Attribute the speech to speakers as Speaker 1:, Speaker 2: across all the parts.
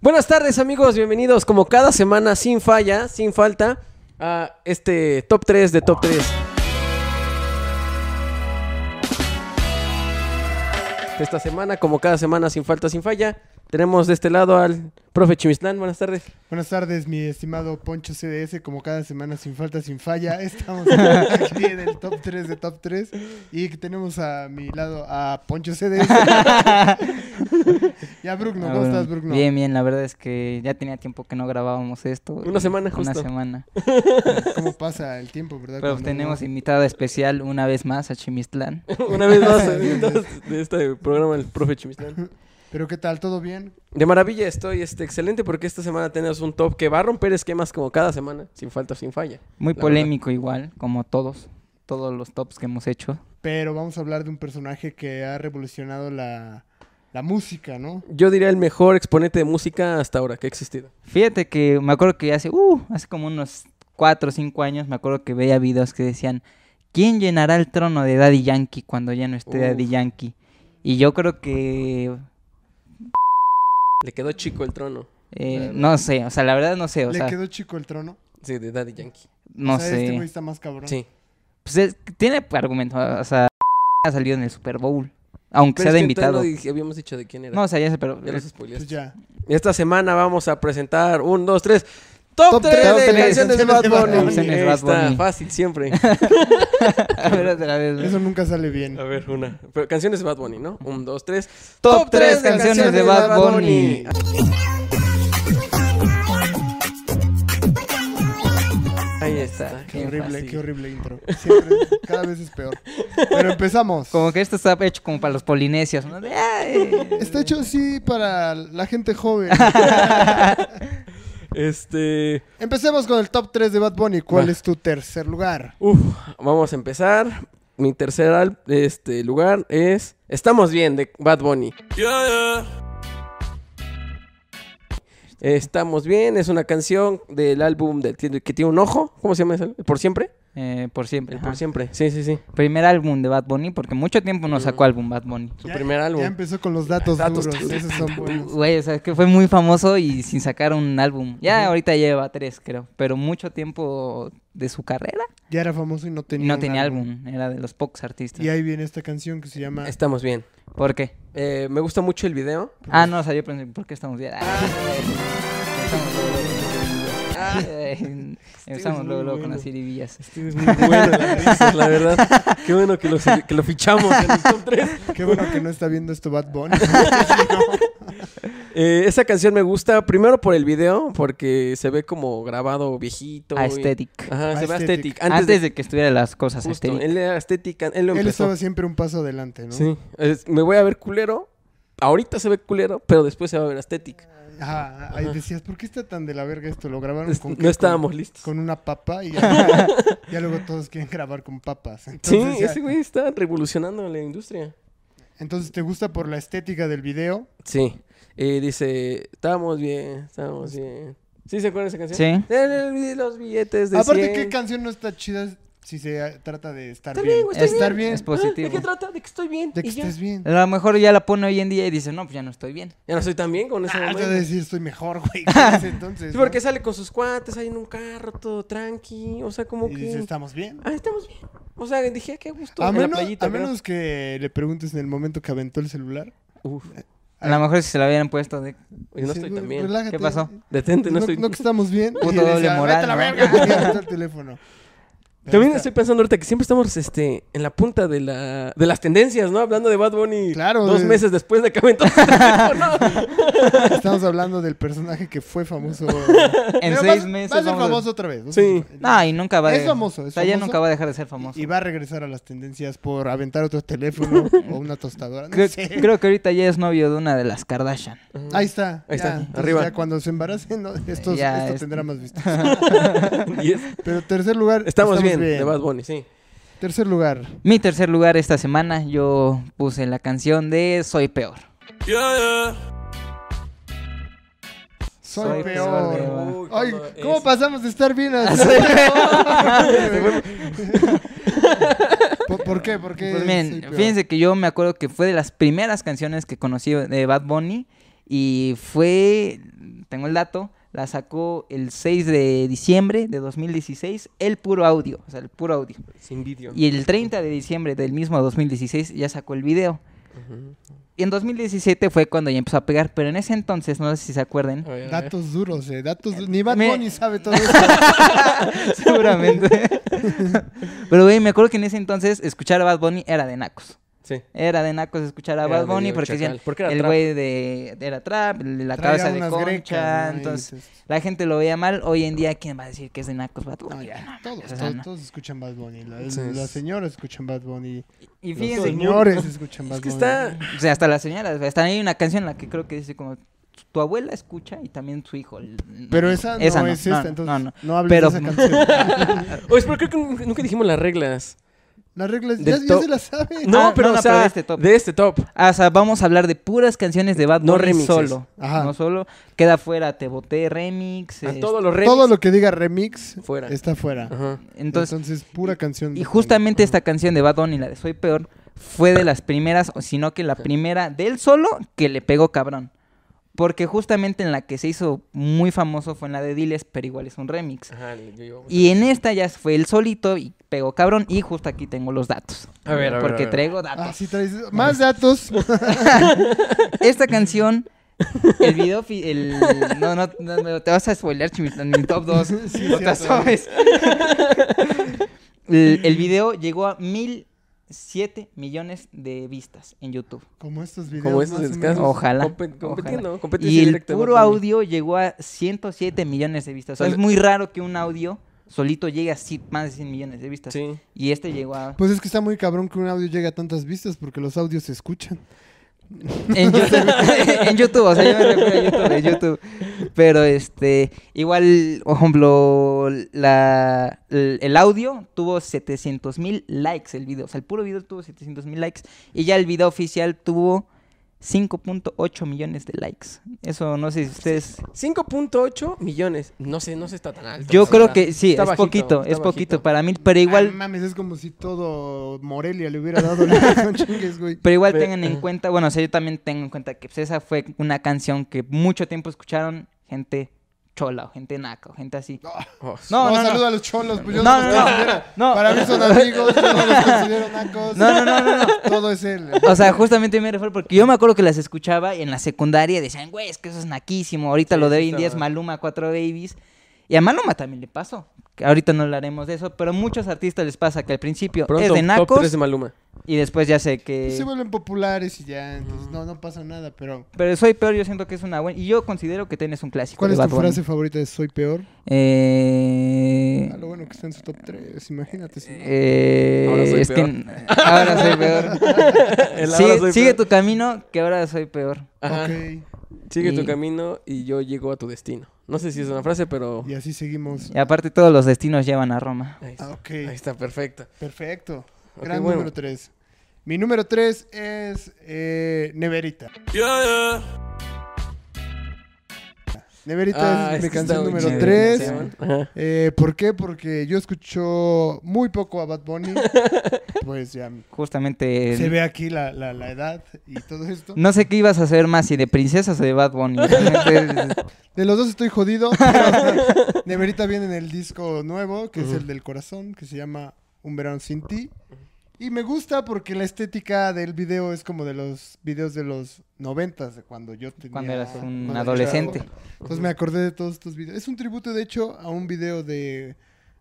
Speaker 1: Buenas tardes amigos, bienvenidos como cada semana sin falla, sin falta, a este top 3 de top 3. Esta semana, como cada semana sin falta, sin falla, tenemos de este lado al profe Chimislán, buenas tardes.
Speaker 2: Buenas tardes, mi estimado Poncho CDS, como cada semana sin falta, sin falla, estamos aquí en el top 3 de top 3 y tenemos a mi lado a Poncho CDS. ya, Bruno,
Speaker 3: Ah,
Speaker 2: ¿cómo
Speaker 3: bueno.
Speaker 2: estás, Bruno?
Speaker 3: Bien, bien, la verdad es que ya tenía tiempo que no grabábamos esto.
Speaker 1: Una
Speaker 3: y-
Speaker 1: semana
Speaker 3: Una
Speaker 1: justo.
Speaker 3: semana.
Speaker 2: ¿Cómo pasa el tiempo, verdad?
Speaker 3: Pero
Speaker 2: Cuando
Speaker 3: tenemos
Speaker 2: no-
Speaker 3: invitada especial una vez más a Chimistlán.
Speaker 1: Una vez más eh, de este programa el profe Chimislán.
Speaker 2: Pero ¿qué tal? ¿Todo bien?
Speaker 1: De maravilla estoy, este, excelente porque esta semana tenemos un top que va a romper esquemas como cada semana, sin falta, sin falla.
Speaker 3: Muy
Speaker 1: La
Speaker 3: polémico igual, como todos, todos los tops que hemos hecho.
Speaker 2: Pero vamos a hablar de un personaje que ha revolucionado la, la música, ¿no?
Speaker 1: Yo diría el mejor exponente de música hasta ahora que ha existido.
Speaker 3: Fíjate que me acuerdo que hace, uh, hace como unos 4 o 5 años me acuerdo que veía videos que decían, ¿quién llenará el trono de Daddy Yankee cuando ya no esté Daddy
Speaker 1: Uf.
Speaker 3: Yankee? Y yo creo que...
Speaker 1: Le quedó chico el trono.
Speaker 3: eh, no sé, o sea, la verdad no sé, o
Speaker 2: ¿Le
Speaker 3: sea,
Speaker 2: quedó chico el trono?
Speaker 1: Sí, de Daddy Yankee.
Speaker 3: no
Speaker 2: O sea,
Speaker 3: sé.
Speaker 2: Este güey está más cabrón.
Speaker 1: Sí.
Speaker 3: Pues es- tiene argumento, o sea, ha salido en el Super Bowl, aunque sea de invitado.
Speaker 1: No dij- habíamos dicho de quién era.
Speaker 3: No, o sea, ya sé, pero
Speaker 1: Ya los
Speaker 2: Pues
Speaker 1: spoileaste.
Speaker 2: ya.
Speaker 1: Esta semana vamos a presentar un, dos, tres. Top,
Speaker 2: Top
Speaker 1: 3
Speaker 2: tres,
Speaker 1: de
Speaker 2: top tres,
Speaker 1: canciones de Bad
Speaker 2: canciones de Bad
Speaker 1: Bunny.
Speaker 2: Bunny.
Speaker 3: Canciones
Speaker 1: Ahí
Speaker 3: Bad
Speaker 1: está,
Speaker 3: Bunny.
Speaker 1: fácil siempre.
Speaker 3: a ver otra vez. ¿no?
Speaker 2: Eso nunca sale bien.
Speaker 1: A ver, una. Pero canciones de Bad Bunny, ¿no? Un, dos, tres.
Speaker 3: Top tres canciones de Bad Bunny.
Speaker 1: Ahí está.
Speaker 2: Qué
Speaker 3: Bien
Speaker 2: horrible,
Speaker 1: fácil.
Speaker 2: qué horrible intro. Siempre, cada vez es peor. Pero empezamos.
Speaker 3: Como que esto está hecho como para los polinesios, ¿no? De, "Ay".
Speaker 2: Está hecho sí para la gente joven.
Speaker 1: Este.
Speaker 2: Empecemos con el top 3 de Bad Bunny. ¿Cuál
Speaker 1: Va.
Speaker 2: es tu tercer lugar?
Speaker 1: Uf, vamos a empezar. Mi tercer al- este, lugar es Estamos Bien de Bad Bunny. Estamos Bien es una canción del álbum del ti- que tiene un ojo. ¿Cómo se llama ese? ¿El ¿Por siempre?
Speaker 3: Eh, por siempre.
Speaker 1: El
Speaker 3: ajá.
Speaker 1: Por siempre. Sí, sí, sí.
Speaker 3: Primer álbum de Bad Bunny, porque mucho tiempo no
Speaker 2: Mm.
Speaker 3: sacó álbum Bad Bunny.
Speaker 1: Su primer álbum.
Speaker 2: Ya empezó con los datos,
Speaker 1: Datos
Speaker 2: duros.
Speaker 1: tan,
Speaker 2: Esos son buenos.
Speaker 3: Güey, o sea, es que fue muy famoso y sin sacar un álbum. Ya ahorita lleva tres, creo, pero mucho tiempo de su carrera
Speaker 2: Ya era famoso y no tenía,
Speaker 3: no
Speaker 2: un
Speaker 3: tenía álbum. Era de los pocos artistas.
Speaker 2: Y ahí viene esta canción que se llama...
Speaker 1: Estamos Bien.
Speaker 3: ¿Por qué?
Speaker 1: Eh, me gusta mucho el video.
Speaker 2: Pues
Speaker 3: Ah, no, o sea, yo pensé, ¿por qué estamos bien? Ah, Eh, Empezamos luego, luego con las siribillas.
Speaker 2: Tienes Ah. Este muy buena la risa.
Speaker 1: Esa es la verdad. Qué bueno que lo, que lo fichamos en el top 3.
Speaker 2: Qué bueno que no está viendo esto Bad Bunny.
Speaker 1: Eh, esa canción me gusta primero por el video, porque se ve como grabado viejito.
Speaker 2: Ah,
Speaker 1: y-
Speaker 3: Aesthetic.
Speaker 1: Ajá, se ve
Speaker 2: Aesthetic.
Speaker 1: aesthetic.
Speaker 3: Antes,
Speaker 1: Antes,
Speaker 3: de... que estuvieran las cosas este,
Speaker 1: de, justo,
Speaker 3: aesthetic.
Speaker 1: él era aesthetic, él lo
Speaker 2: Él
Speaker 1: empezó.
Speaker 2: estaba siempre un paso adelante, ¿no?
Speaker 1: Sí, es- me voy a ver culero. Ahorita se ve culero, pero después se va a ver aesthetic.
Speaker 2: Ajá, ahí decías, ¿por qué está tan de la verga esto? Lo grabaron
Speaker 1: Es-
Speaker 2: Ah, con... qué?
Speaker 1: No estábamos listos.
Speaker 2: Con una papa y ya, ya luego todos quieren grabar con papas.
Speaker 1: Sí,
Speaker 2: Entonces, ya-
Speaker 1: ese güey está revolucionando la industria.
Speaker 2: entonces te gusta por la estética del video.
Speaker 1: Sí. Eh, dice, estamos bien, estamos bien. ¿Sí se acuerdan de esa canción?
Speaker 3: Sí.
Speaker 1: Eh, Los billetes de "Ah,
Speaker 2: Aparte,
Speaker 1: 100.
Speaker 2: ¿qué canción no está chida si se ah, trata de estar
Speaker 1: Está
Speaker 2: bien?
Speaker 1: bien, güey,
Speaker 3: Es-
Speaker 1: estoy
Speaker 2: estar bien,
Speaker 3: Es
Speaker 1: ¿De qué
Speaker 3: positivo.
Speaker 1: trata? De que estoy bien.
Speaker 2: de que
Speaker 1: y ya. Ah,
Speaker 2: estés bien.
Speaker 3: A lo mejor ya la pone hoy en día y dice, no, pues ya no estoy bien.
Speaker 1: Ya no estoy tan bien con ese
Speaker 2: Ah, te
Speaker 1: momento.
Speaker 2: voy a decir, estoy mejor, güey. ¿qué es entonces?
Speaker 1: Sí,
Speaker 2: no?
Speaker 1: porque sale con sus cuates ahí en un carro, todo tranqui. O sea, como
Speaker 2: Y
Speaker 1: que.
Speaker 2: dices, estamos bien.
Speaker 1: Ah, estamos bien. O sea, dije, qué gusto.
Speaker 2: A
Speaker 1: en
Speaker 2: menos,
Speaker 1: la playita,
Speaker 2: a
Speaker 1: pero-
Speaker 2: menos que le preguntes en el momento que aventó el celular.
Speaker 1: Uf,
Speaker 3: A
Speaker 2: Ah.
Speaker 3: lo mejor si se la hubieran puesto de...
Speaker 1: yo no
Speaker 2: dices,
Speaker 1: estoy
Speaker 2: "Güey,
Speaker 1: tan bien.
Speaker 2: relájate,
Speaker 3: ¿Qué pasó?
Speaker 1: Detente, no,
Speaker 2: No,
Speaker 1: estoy.
Speaker 2: no que estamos bien.
Speaker 3: Puto
Speaker 2: Y le decía,
Speaker 3: doble moral,
Speaker 2: "Vete a la
Speaker 3: ¿no?"
Speaker 2: verga", y aventó el teléfono. Pero
Speaker 1: También
Speaker 2: está-
Speaker 1: estoy pensando ahorita que siempre estamos este, en la punta de, la, de las tendencias, ¿no? Hablando de Bad Bunny
Speaker 2: Claro,
Speaker 1: dos
Speaker 2: de-
Speaker 1: meses después de que aventó el teléfono.
Speaker 2: Estamos hablando del personaje que fue famoso.
Speaker 3: En
Speaker 2: Pero va-
Speaker 3: seis meses
Speaker 2: Va a ser
Speaker 3: vamos a-
Speaker 2: famoso otra vez. ¿no?
Speaker 1: Sí.
Speaker 3: No, y nunca va a...
Speaker 2: Es famoso, es
Speaker 3: o sea, ya
Speaker 2: famoso.
Speaker 3: nunca va a dejar de ser famoso.
Speaker 2: Y va a regresar a las tendencias por aventar otro teléfono o una tostadora. no
Speaker 3: Creo,
Speaker 2: sé.
Speaker 3: creo que ahorita ya es novio de una de las Kardashian.
Speaker 2: Ahí está.
Speaker 1: Ahí
Speaker 2: ya.
Speaker 1: está,
Speaker 2: Entonces,
Speaker 1: arriba.
Speaker 2: Ya cuando se embaracen, ¿no? Estos-
Speaker 3: Eh, ya, este.
Speaker 2: esto
Speaker 3: es-
Speaker 2: tendrá más vistas.
Speaker 1: Y es-
Speaker 2: Pero tercer lugar.
Speaker 1: Estamos, bien, de Bad Bunny, sí.
Speaker 2: Tercer lugar.
Speaker 3: Mi tercer lugar esta semana, yo puse la canción de Soy Peor.
Speaker 2: Soy,
Speaker 3: Soy
Speaker 2: peor.
Speaker 3: peor, de-
Speaker 1: Uy,
Speaker 2: Ay,
Speaker 1: cuando
Speaker 2: ¿cómo
Speaker 1: es- Ah,
Speaker 2: pasamos de estar bien a soy peor? ¿Por, por qué? ¿Por qué?
Speaker 3: Pues
Speaker 2: soy
Speaker 3: miren,
Speaker 2: peor?
Speaker 3: fíjense que yo me acuerdo que fue de las primeras canciones que conocí de Bad Bunny Y fue, tengo el dato, la sacó el 6 de diciembre de 2016, el puro audio, o sea, el puro audio.
Speaker 1: Sin vídeo.
Speaker 3: Y el 30 de diciembre del mismo 2016 ya sacó el video.
Speaker 1: Ujú.
Speaker 3: Y en 2017 fue cuando ya empezó a pegar, pero en ese entonces, no sé si se acuerden,
Speaker 1: A ver, a ver.
Speaker 2: Datos duros, eh. Datos du- Ni Bad
Speaker 3: Me-
Speaker 2: Bunny sabe todo eso.
Speaker 3: seguramente. pero güey, me acuerdo que en ese entonces escuchar a Bad Bunny era de nacos.
Speaker 1: Sí.
Speaker 3: Era de nacos escuchar a
Speaker 1: Era
Speaker 3: Bad Bunny
Speaker 1: medio
Speaker 3: porque decían,
Speaker 1: chacal, porque era
Speaker 3: el
Speaker 1: trap.
Speaker 3: güey de, era trap, el de la
Speaker 2: Traía
Speaker 3: cabeza de
Speaker 2: unas
Speaker 3: concha,
Speaker 2: grecas, ¿no? Y
Speaker 3: entonces
Speaker 2: dices,
Speaker 3: la gente lo veía mal. Hoy en día, ¿quién va a decir que es de nacos Bad Bunny?
Speaker 2: No, ya, todos,
Speaker 3: o sea,
Speaker 2: todos,
Speaker 3: no.
Speaker 2: todos escuchan Bad Bunny. La-
Speaker 1: Sí, es-
Speaker 2: las señoras escuchan Bad Bunny.
Speaker 3: Y
Speaker 2: Los
Speaker 3: fíjense,
Speaker 2: señores escuchan Bad
Speaker 1: Es que
Speaker 2: Bunny.
Speaker 1: está.
Speaker 3: o sea, hasta las señoras, güey, hasta hay una canción en la que creo que dice como, tu abuela escucha y también su hijo. el-
Speaker 2: Pero esa no
Speaker 3: Esa no,
Speaker 2: es
Speaker 3: no,
Speaker 2: esta,
Speaker 3: no,
Speaker 2: entonces
Speaker 3: no,
Speaker 2: no,
Speaker 3: no.
Speaker 2: hables
Speaker 3: Pero-
Speaker 2: de esa canción.
Speaker 1: Oye, pero creo que nunca nunca dijimos las reglas.
Speaker 2: Las reglas ya,
Speaker 1: Del
Speaker 2: ya
Speaker 1: top.
Speaker 2: se las sabe.
Speaker 1: No,
Speaker 3: Ah,
Speaker 1: pero,
Speaker 3: no, no,
Speaker 1: o sea,
Speaker 3: pero
Speaker 1: de este top.
Speaker 3: Ah, o sea, vamos a hablar de puras canciones de Bad Bunny
Speaker 1: No remixes.
Speaker 3: solo.
Speaker 2: Ajá.
Speaker 3: No solo. Queda fuera Te Boté Remix.
Speaker 1: A
Speaker 3: es-
Speaker 1: todos los remix.
Speaker 2: Todo lo que diga remix
Speaker 1: Fuera.
Speaker 2: está fuera.
Speaker 1: Ajá.
Speaker 3: este, Entonces,
Speaker 2: Entonces, pura canción.
Speaker 3: y
Speaker 2: de-
Speaker 3: justamente esta canción de Bad Bunny, la de Soy Peor, fue de las primeras, o sino que la primera del solo que le pegó cabrón. Porque justamente en la que se hizo muy famoso fue en la de Diles, pero igual es un remix.
Speaker 1: Ajá, le- yo- yo-
Speaker 3: Y en esta ya fue el solito y pegó cabrón. Y justo aquí tengo los datos.
Speaker 1: A ver, a ver,
Speaker 3: Porque
Speaker 1: a ver.
Speaker 3: traigo datos.
Speaker 2: Ah, sí, traes más datos.
Speaker 3: Esta canción, el video, fi- el... No, no, no, no, te vas a spoiler mi, mi top 2.
Speaker 2: Sí,
Speaker 3: no te
Speaker 2: cierto.
Speaker 3: asomes. el, el video llegó a 1.007 millones de vistas en YouTube.
Speaker 2: Como estos videos.
Speaker 1: Como estos
Speaker 2: más o
Speaker 1: escasos.
Speaker 2: menos.
Speaker 3: Ojalá,
Speaker 1: Compe- competiendo,
Speaker 3: ojalá.
Speaker 2: Pues
Speaker 1: competencia
Speaker 3: Y el
Speaker 1: directa de
Speaker 3: puro
Speaker 1: Bad Bunny.
Speaker 3: audio llegó a 107 millones de vistas. O sea,
Speaker 1: Sale-
Speaker 3: es muy raro que un audio solito llegue a ci- más de 100 millones de vistas.
Speaker 1: Sí.
Speaker 3: Y este llegó a...
Speaker 2: Pues es que está muy cabrón que un audio llegue a tantas vistas porque los audios se escuchan.
Speaker 3: En YouTube, en YouTube, o sea, yo me refiero a YouTube, en YouTube. Pero este, igual, por ejemplo, la, el, el audio tuvo 700 mil likes el video. O sea, el puro video tuvo 700 mil likes. Y ya el video oficial tuvo 5.8 millones de likes. Eso no sé si ustedes...
Speaker 1: 5.8 millones. No sé, no sé, está tan alto.
Speaker 3: Yo
Speaker 1: la
Speaker 3: creo
Speaker 1: verdad.
Speaker 3: que sí, es
Speaker 1: Está bajito,
Speaker 3: poquito,
Speaker 1: está
Speaker 3: es poquito
Speaker 1: bajito.
Speaker 3: para mí, pero
Speaker 2: Ah,
Speaker 3: igual...
Speaker 2: mames, es como si todo Morelia le hubiera dado la no chingues, güey.
Speaker 3: Pero igual
Speaker 1: Pe-
Speaker 3: tengan en
Speaker 1: ajá.
Speaker 3: cuenta, bueno, o sea, yo también tengo en cuenta que pues, esa fue una canción que mucho tiempo escucharon gente chola o gente naca o gente así.
Speaker 1: Oh,
Speaker 2: No,
Speaker 3: No, no, no.
Speaker 2: saludo a los cholos, pues yo
Speaker 3: No,
Speaker 2: no, los considero.
Speaker 3: no, no. No.
Speaker 2: Para mí son amigos, yo no los considero nacos.
Speaker 3: No, no, no, no, no. Eh.
Speaker 2: Todo es él.
Speaker 3: O sea, justamente me refiero porque yo me acuerdo que las escuchaba y en la secundaria decían, güey, es que eso es naquísimo. Ahorita
Speaker 1: Sí,
Speaker 3: lo de
Speaker 1: sí
Speaker 3: hoy en día es
Speaker 1: estaba.
Speaker 3: Maluma, cuatro babies. Y a Maluma también le pasó. Que ahorita no hablaremos de eso, pero muchos artistas les pasa que al principio
Speaker 1: Pronto,
Speaker 3: es de
Speaker 1: top 3
Speaker 3: nacos
Speaker 1: de Maluma.
Speaker 3: y después ya sé que...
Speaker 2: Pues Se vuelven populares y ya, entonces no, no pasa nada, pero...
Speaker 3: Pero soy peor, yo siento que es una buena... Y yo considero que tienes un clásico.
Speaker 2: ¿Cuál
Speaker 3: de
Speaker 2: es tu
Speaker 3: Bad Bunny.
Speaker 2: frase favorita de Soy Peor?
Speaker 3: Eh...
Speaker 2: A lo bueno que está en su top 3, imagínate. si no.
Speaker 3: Eh,
Speaker 1: Ahora soy
Speaker 3: es que
Speaker 1: peor.
Speaker 3: n- ahora soy peor.
Speaker 1: El
Speaker 3: Sigue,
Speaker 1: ahora soy
Speaker 3: sigue
Speaker 1: peor.
Speaker 3: tu camino, que ahora soy peor.
Speaker 1: Ajá.
Speaker 2: Ok,
Speaker 1: Sigue tu
Speaker 3: Y-
Speaker 1: camino y yo llego a tu destino. No sé si es una frase, pero.
Speaker 2: y así seguimos.
Speaker 3: Y aparte todos los destinos llevan a Roma.
Speaker 1: Ahí está.
Speaker 2: Ah, ok.
Speaker 1: Ahí está, perfecto.
Speaker 2: Perfecto.
Speaker 1: Ok,
Speaker 2: Gran
Speaker 1: bueno.
Speaker 2: número 3. Mi número 3 es eh, Neverita.
Speaker 1: Ah,
Speaker 2: Neverita
Speaker 1: esta
Speaker 2: es mi
Speaker 1: está
Speaker 2: canción
Speaker 1: muy
Speaker 2: número
Speaker 1: chida.
Speaker 2: 3.
Speaker 3: canción.
Speaker 1: Ajá.
Speaker 2: Eh, ¿Por qué? Porque yo escucho muy poco a Bad Bunny. pues ya
Speaker 3: Justamente...
Speaker 2: se ve aquí la, la- la edad y todo esto.
Speaker 3: No sé qué ibas a hacer más, si de princesas o de Bad Bunny. Realmente, eh,
Speaker 2: De los dos estoy jodido. pero Neverita viene en el disco nuevo, que es
Speaker 1: Ujú.
Speaker 2: el del corazón, que se llama Un verano sin ti. Y me gusta porque la estética del video es como de los videos de los noventas, de cuando yo tenía...
Speaker 3: Cuando eras un
Speaker 2: cuando era
Speaker 3: adolescente.
Speaker 2: joven. Entonces me acordé de todos estos videos. Es un tributo, de hecho, a un video de,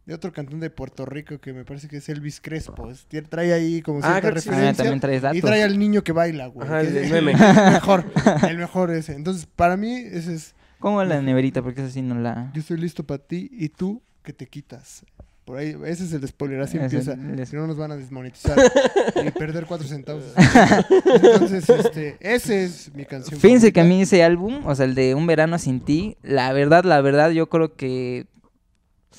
Speaker 2: de otro cantón de Puerto Rico que me parece que es Elvis Crespo. Es- tie- trae ahí como
Speaker 1: Ah,
Speaker 2: cierta
Speaker 1: creo que sí.
Speaker 3: ah,
Speaker 2: referencia.
Speaker 3: también traes datos.
Speaker 2: Y trae al niño que baila, güey.
Speaker 1: Ajá,
Speaker 2: que
Speaker 1: el
Speaker 2: es-
Speaker 1: del meme.
Speaker 2: el mejor, el mejor ese. Entonces, para mí, ese es...
Speaker 3: ¿Cómo la neverita? Porque esa sí no la...
Speaker 2: Yo estoy listo para ti y tú que te quitas. Por ahí, ese es el spoiler, así
Speaker 3: Ese
Speaker 2: empieza.
Speaker 3: es-
Speaker 2: Si no nos van a desmonetizar y perder cuatro centavos. Entonces, este, esa es mi canción.
Speaker 3: Fíjense
Speaker 2: favorita.
Speaker 3: que a mí ese álbum, o sea, el de Un Verano Sin Ti, la verdad, la verdad, yo creo que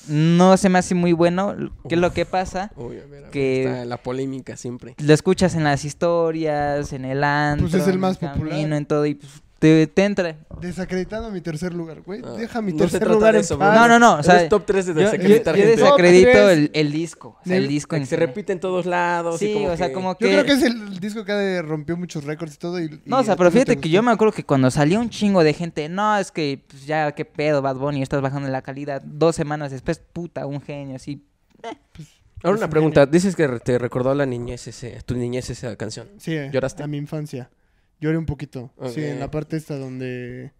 Speaker 3: no se me hace muy bueno. ¿Qué es lo que pasa?
Speaker 1: Uy, a ver, a ver,
Speaker 3: Que-
Speaker 1: está la polémica siempre.
Speaker 3: lo escuchas en las historias, en el antro,
Speaker 2: Pues es el
Speaker 3: en
Speaker 2: más
Speaker 3: camino,
Speaker 2: popular.
Speaker 3: en todo y pues, te, te entra.
Speaker 2: Desacreditando mi tercer lugar, güey.
Speaker 1: Ah,
Speaker 2: Deja mi
Speaker 1: no se
Speaker 2: tercer
Speaker 1: trata
Speaker 2: lugar
Speaker 1: de
Speaker 2: en
Speaker 1: eso,
Speaker 2: paz.
Speaker 1: bro.
Speaker 3: No, no, no, o sea,
Speaker 1: Eres top 3 de
Speaker 3: Yo, yo-
Speaker 1: desacreditar
Speaker 3: yo
Speaker 1: gente.
Speaker 2: desacredito
Speaker 3: desacredito
Speaker 2: Top tres.
Speaker 3: el, el disco. O sea, el
Speaker 2: Del-
Speaker 3: disco
Speaker 1: Que
Speaker 3: en
Speaker 1: se
Speaker 3: sí.
Speaker 1: repite en todos lados. y
Speaker 3: Sí, o sea,
Speaker 1: que-
Speaker 3: como que.
Speaker 2: Yo creo que es el disco que rompió muchos récords y todo. y-
Speaker 3: No,
Speaker 2: y
Speaker 3: o sea,
Speaker 2: a ti
Speaker 3: pero
Speaker 2: te
Speaker 3: fíjate que
Speaker 2: gustó.
Speaker 3: yo me acuerdo que cuando salió un chingo de gente, no, es que pues, ya, qué pedo, Bad Bunny, estás bajando la calidad. Dos semanas después, puta, un genio, así.
Speaker 1: Ahora una pregunta. Dices que re- te recordó a la niñez ese, tu niñez esa canción.
Speaker 2: Sí, eh,
Speaker 1: ¿Lloraste?
Speaker 2: A mi infancia. Lloré un poquito. Sí,
Speaker 1: Ok.
Speaker 2: en la parte esta donde.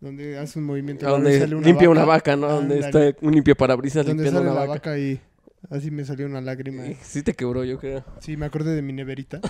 Speaker 2: Donde hace un movimiento.
Speaker 1: A donde limpia una vaca, ¿no? Donde
Speaker 2: Ándale.
Speaker 1: está un limpia parabrisas
Speaker 2: Donde
Speaker 1: limpiando
Speaker 2: sale
Speaker 1: una
Speaker 2: la
Speaker 1: vaca.
Speaker 2: vaca y. Así me salió una lágrima.
Speaker 1: Y Sí te quebró, yo creo.
Speaker 2: Sí, me acordé de mi neverita.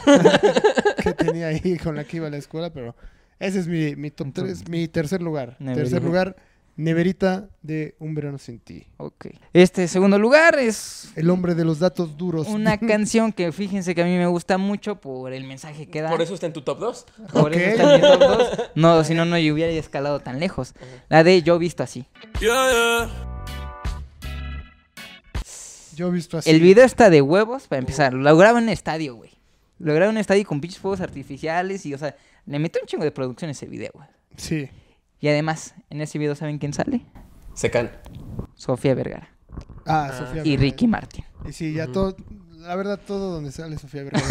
Speaker 2: que tenía ahí con la que iba a la escuela, pero. Ese es mi, mi top
Speaker 3: Top.
Speaker 2: 3. Mi tercer lugar.
Speaker 3: Neverita.
Speaker 2: Tercer lugar, neverita de Un verano sin ti.
Speaker 3: Ok. Este segundo lugar es
Speaker 2: El hombre de los datos duros.
Speaker 3: una canción que fíjense que a mí me gusta mucho por el mensaje que da.
Speaker 1: Por eso está en tu top 2.
Speaker 3: Por eso
Speaker 2: Ok.
Speaker 3: está en mi top dos. No, si no, no yo hubiera escalado tan lejos. La de Yo Visto Así.
Speaker 2: Yo he visto así.
Speaker 3: El video está de huevos para empezar. Lo graba en un estadio, güey. Lo graba en un estadio con pinches fuegos artificiales y, o sea, le metió un chingo de producción a ese video, güey.
Speaker 2: Sí.
Speaker 3: Y además, en ese video, ¿saben quién sale?
Speaker 1: Se can.
Speaker 3: Sofía Vergara
Speaker 2: Ah, Sofía.
Speaker 3: y
Speaker 2: Vergara.
Speaker 3: Ricky Martin.
Speaker 2: Y sí, ya todo, la verdad, todo donde sale Sofía Vergara.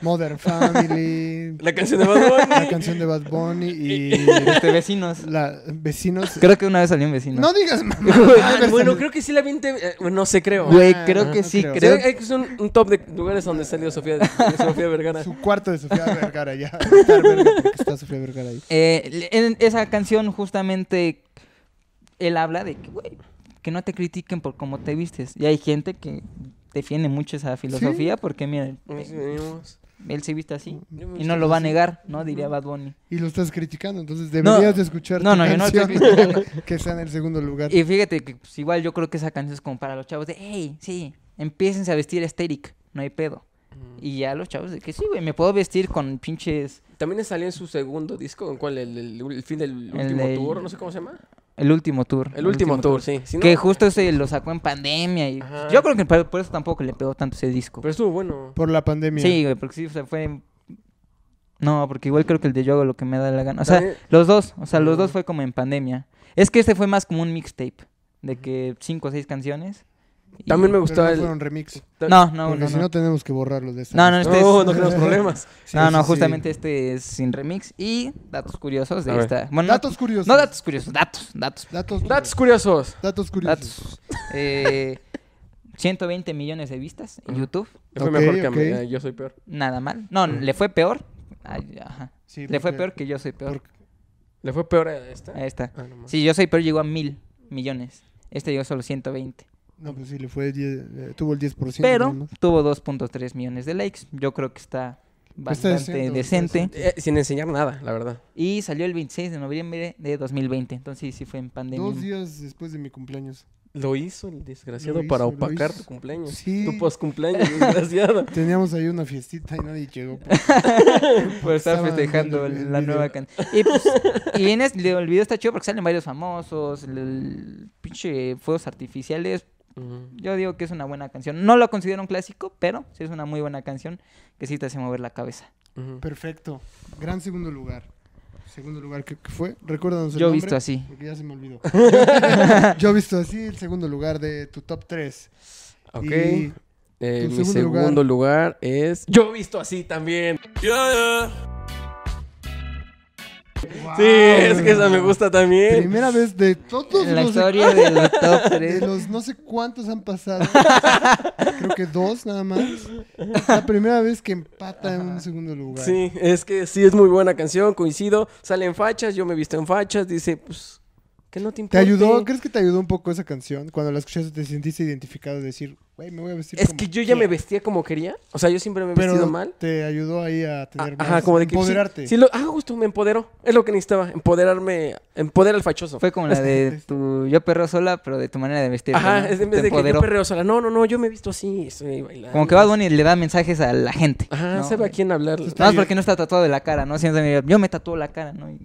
Speaker 2: Modern Family,
Speaker 1: La canción de Bad Bunny.
Speaker 2: la canción de Bad Bunny y
Speaker 3: Este, vecinos.
Speaker 2: la Vecinos.
Speaker 3: Creo que una vez salió un vecino.
Speaker 2: No digas mamá.
Speaker 1: Ah, bueno, creo que sí la vi en TV. eh, bueno, No sé, creo.
Speaker 3: Güey,
Speaker 2: Ah,
Speaker 3: creo
Speaker 2: no,
Speaker 3: que
Speaker 2: no
Speaker 3: sí,
Speaker 2: creo.
Speaker 3: creo.
Speaker 1: Sí, hay- Es un, un top de lugares donde salió Sofía, Sofía Vergara.
Speaker 2: Su cuarto de Sofía Vergara ya. Está, verga, porque está Sofía Vergara ahí.
Speaker 3: Eh, le- en esa canción justamente él habla de que, güey, que no te critiquen por cómo te vistes. Y hay gente que defiende mucho esa filosofía porque, mira,
Speaker 1: Nos
Speaker 3: eh,
Speaker 1: vivimos.
Speaker 3: él se viste así
Speaker 1: Yo me
Speaker 3: y no lo va a negar, ¿no? Diría Bad Bunny.
Speaker 2: Y lo estás criticando, entonces deberías de escuchar
Speaker 3: no,
Speaker 2: tu
Speaker 3: no, yo no estoy
Speaker 2: canción
Speaker 3: criticando.
Speaker 2: que está en el segundo lugar.
Speaker 3: Y fíjate que pues, igual yo creo que esa canción es como para los chavos de, hey, sí, empiecen a vestir estérico, no hay pedo. Y ya los chavos de que sí, güey, me puedo vestir con pinches...
Speaker 1: También salió en su segundo disco, ¿en cuál? El, el- el fin del último
Speaker 3: del-
Speaker 1: tour, no sé cómo se llama.
Speaker 3: El último tour.
Speaker 1: El, último, tour, sí. Si no-
Speaker 3: Que justo se lo sacó en pandemia. Y
Speaker 1: Ajá.
Speaker 3: yo creo que por, por eso tampoco le pegó tanto ese disco.
Speaker 1: Pero estuvo bueno.
Speaker 2: Por la pandemia.
Speaker 3: sí, güey, porque sí, o sea, fue. No, porque igual creo que el de yo hago lo que me da la gana. O sea,
Speaker 1: También-
Speaker 3: los dos. O sea, los dos
Speaker 1: Ujú.
Speaker 3: fue como en pandemia. Es que este fue más como un mixtape. De que cinco o seis canciones. y-
Speaker 1: También me
Speaker 2: Pero
Speaker 1: gustó
Speaker 2: no
Speaker 1: el...
Speaker 2: fueron remix.
Speaker 1: ta-
Speaker 3: No, no,
Speaker 2: porque
Speaker 3: no.
Speaker 2: si
Speaker 3: no.
Speaker 2: no tenemos que borrarlo de esta.
Speaker 3: No, no,
Speaker 2: lista.
Speaker 3: este es-
Speaker 1: No, no queremos problemas.
Speaker 2: Sí,
Speaker 3: no,
Speaker 2: sí,
Speaker 3: no,
Speaker 2: sí.
Speaker 3: justamente este es sin remix. Y datos curiosos
Speaker 1: A
Speaker 3: de
Speaker 1: ver.
Speaker 3: esta. Bueno, no-
Speaker 2: Datos curiosos.
Speaker 3: No datos curiosos, datos, datos.
Speaker 2: Datos duros.
Speaker 1: Datos curiosos.
Speaker 2: Datos curiosos.
Speaker 3: Datos. Eh, 120 millones de vistas en
Speaker 1: Ujú.
Speaker 3: YouTube.
Speaker 1: Yo fui
Speaker 2: Ok,
Speaker 1: mejor que a
Speaker 2: ok.
Speaker 1: mí, eh, yo soy peor.
Speaker 3: Nada mal. No,
Speaker 1: Ujú.
Speaker 3: le fue peor. Ay, ajá.
Speaker 2: Sí,
Speaker 3: le fue
Speaker 2: porque-
Speaker 3: peor que yo soy peor.
Speaker 2: porque-
Speaker 1: ¿Le fue peor a esta?
Speaker 3: Ahí está.
Speaker 1: Ah, no más.
Speaker 3: Eh, Sí, yo soy peor llegó a mil millones. Este llegó solo 120.
Speaker 2: No, pues sí, le fue 10, eh, tuvo el 10%. nada
Speaker 3: Pero
Speaker 2: más.
Speaker 3: tuvo 2.3 millones de likes. Yo creo que está
Speaker 2: Está
Speaker 3: bastante
Speaker 2: decente, está
Speaker 3: decente.
Speaker 2: decente.
Speaker 1: Eh, sin enseñar nada, la verdad.
Speaker 3: Y salió el 26 de noviembre de 2020. Entonces sí fue en pandemia.
Speaker 2: Dos días después de mi cumpleaños.
Speaker 1: Lo hizo el desgraciado
Speaker 2: Lo
Speaker 1: para
Speaker 2: hizo, lo
Speaker 1: opacar
Speaker 2: hizo.
Speaker 1: tu cumpleaños.
Speaker 2: Sí.
Speaker 1: Tu postcumpleaños, desgraciado.
Speaker 2: Teníamos ahí una fiestita y nadie llegó.
Speaker 3: Por estar
Speaker 2: Estaban
Speaker 3: festejando
Speaker 2: viendo el
Speaker 3: la
Speaker 2: video.
Speaker 3: nueva canción. Y, pues, y en es- el video está chido porque salen varios famosos. El, el pinche fuegos artificiales.
Speaker 1: Ujú.
Speaker 3: Yo digo que es una buena canción. No lo considero un clásico, pero sí es una muy buena canción que sí te hace mover la cabeza.
Speaker 1: Ujú.
Speaker 2: Perfecto. Gran segundo lugar. Segundo lugar, ¿qué, qué fue? Recuérdanos el
Speaker 3: Yo he
Speaker 2: nombre,
Speaker 3: visto así.
Speaker 2: Porque ya se me olvidó. Yo he visto así el segundo lugar de tu top 3.
Speaker 1: Ok.
Speaker 2: Y
Speaker 1: Eh,
Speaker 2: tu
Speaker 1: mi
Speaker 2: segundo lugar.
Speaker 1: segundo lugar. es. Yo he visto así también. Sí, es que esa me gusta también.
Speaker 2: Primera vez de todos
Speaker 3: En la
Speaker 2: los
Speaker 3: historia de los top
Speaker 2: de
Speaker 3: 3.
Speaker 2: los no sé cuántos han pasado. creo que dos nada más. Es La primera vez que empata en un segundo lugar.
Speaker 1: Sí, es que sí es muy buena canción, coincido. Sale en fachas, yo me he visto en fachas. Dice, pues, que no te
Speaker 2: ¿Te
Speaker 1: importa.
Speaker 2: ayudó? ¿Crees que te ayudó un poco esa canción? Cuando la escuchaste te sentiste identificado de decir, güey, me voy a vestir
Speaker 1: Es
Speaker 2: como
Speaker 1: que yo ya me
Speaker 2: quiera"?
Speaker 1: vestía como quería. O sea, yo siempre me he vestido
Speaker 2: Pero
Speaker 1: mal. Ah,
Speaker 2: te ayudó ahí a tener
Speaker 1: Ajá,
Speaker 2: más-
Speaker 1: como de que.
Speaker 2: empoderarte.
Speaker 1: Sí, sí lo, ah, justo, me empoderó. Es lo que necesitaba, empoderarme, empoderar al fachoso.
Speaker 3: Fue como la de tu yo perro sola, pero de tu manera de vestir.
Speaker 1: Ajá,
Speaker 3: ¿no?
Speaker 1: es en
Speaker 3: Te
Speaker 1: vez de que yo
Speaker 3: empoderó.
Speaker 1: perreo sola. No, no, no, yo me he visto así, estoy bailando.
Speaker 3: Como que Bad Bunny le da mensajes a la gente.
Speaker 1: Ajá,
Speaker 3: ¿no?
Speaker 1: sabe a quién hablar.
Speaker 2: Está
Speaker 3: Nada más
Speaker 2: bien.
Speaker 3: porque no está tatuado de la cara, ¿no? Siempre me- yo me tatúo la cara, ¿no? Y-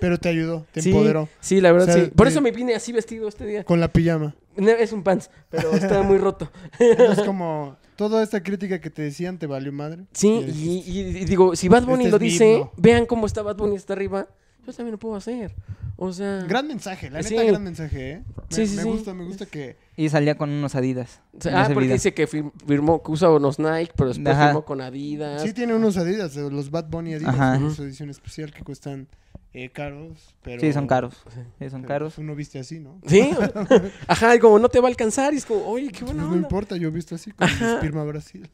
Speaker 2: Pero te ayudó, te
Speaker 1: sí,
Speaker 2: empoderó.
Speaker 1: sí, la verdad
Speaker 2: O sea,
Speaker 1: sí. Por
Speaker 2: de-
Speaker 1: eso me vine así vestido este día.
Speaker 2: Con la pijama.
Speaker 1: No, Es un pants, pero está muy roto.
Speaker 2: Es como toda esta crítica que te decían te valió madre.
Speaker 1: Sí,
Speaker 2: Y-
Speaker 1: y, y- y digo, si Bad Bunny
Speaker 2: Este
Speaker 1: lo
Speaker 2: es mi
Speaker 1: dice,
Speaker 2: himno.
Speaker 1: vean cómo está Bad Bunny hasta arriba, yo también lo puedo hacer. O sea,
Speaker 2: Gran mensaje, la
Speaker 1: Sí.
Speaker 2: neta, gran mensaje, ¿eh? Me,
Speaker 1: Sí, sí,
Speaker 2: me
Speaker 1: sí.
Speaker 2: gusta, me gusta que.
Speaker 3: Y salía con unos Adidas.
Speaker 1: o sea,
Speaker 3: en
Speaker 1: ah,
Speaker 3: ese
Speaker 1: porque
Speaker 3: video.
Speaker 1: dice que fir- firmó, que usa unos Nike, pero después
Speaker 3: Ajá.
Speaker 1: firmó con Adidas.
Speaker 2: Sí, tiene unos Adidas, eh, los Bad Bunny Adidas,
Speaker 3: Ajá.
Speaker 2: en su edición especial que cuestan eh, caros, pero.
Speaker 3: Sí, son caros. Sí, son
Speaker 2: pero,
Speaker 3: caros.
Speaker 2: pues, Uno viste así, ¿no?
Speaker 1: Sí, ajá, y como no te va a alcanzar, y es como, oye, qué
Speaker 2: Pues
Speaker 1: buena
Speaker 2: no
Speaker 1: onda.
Speaker 2: importa, yo he visto así con
Speaker 1: Ajá.
Speaker 2: mis Pirma Brasil.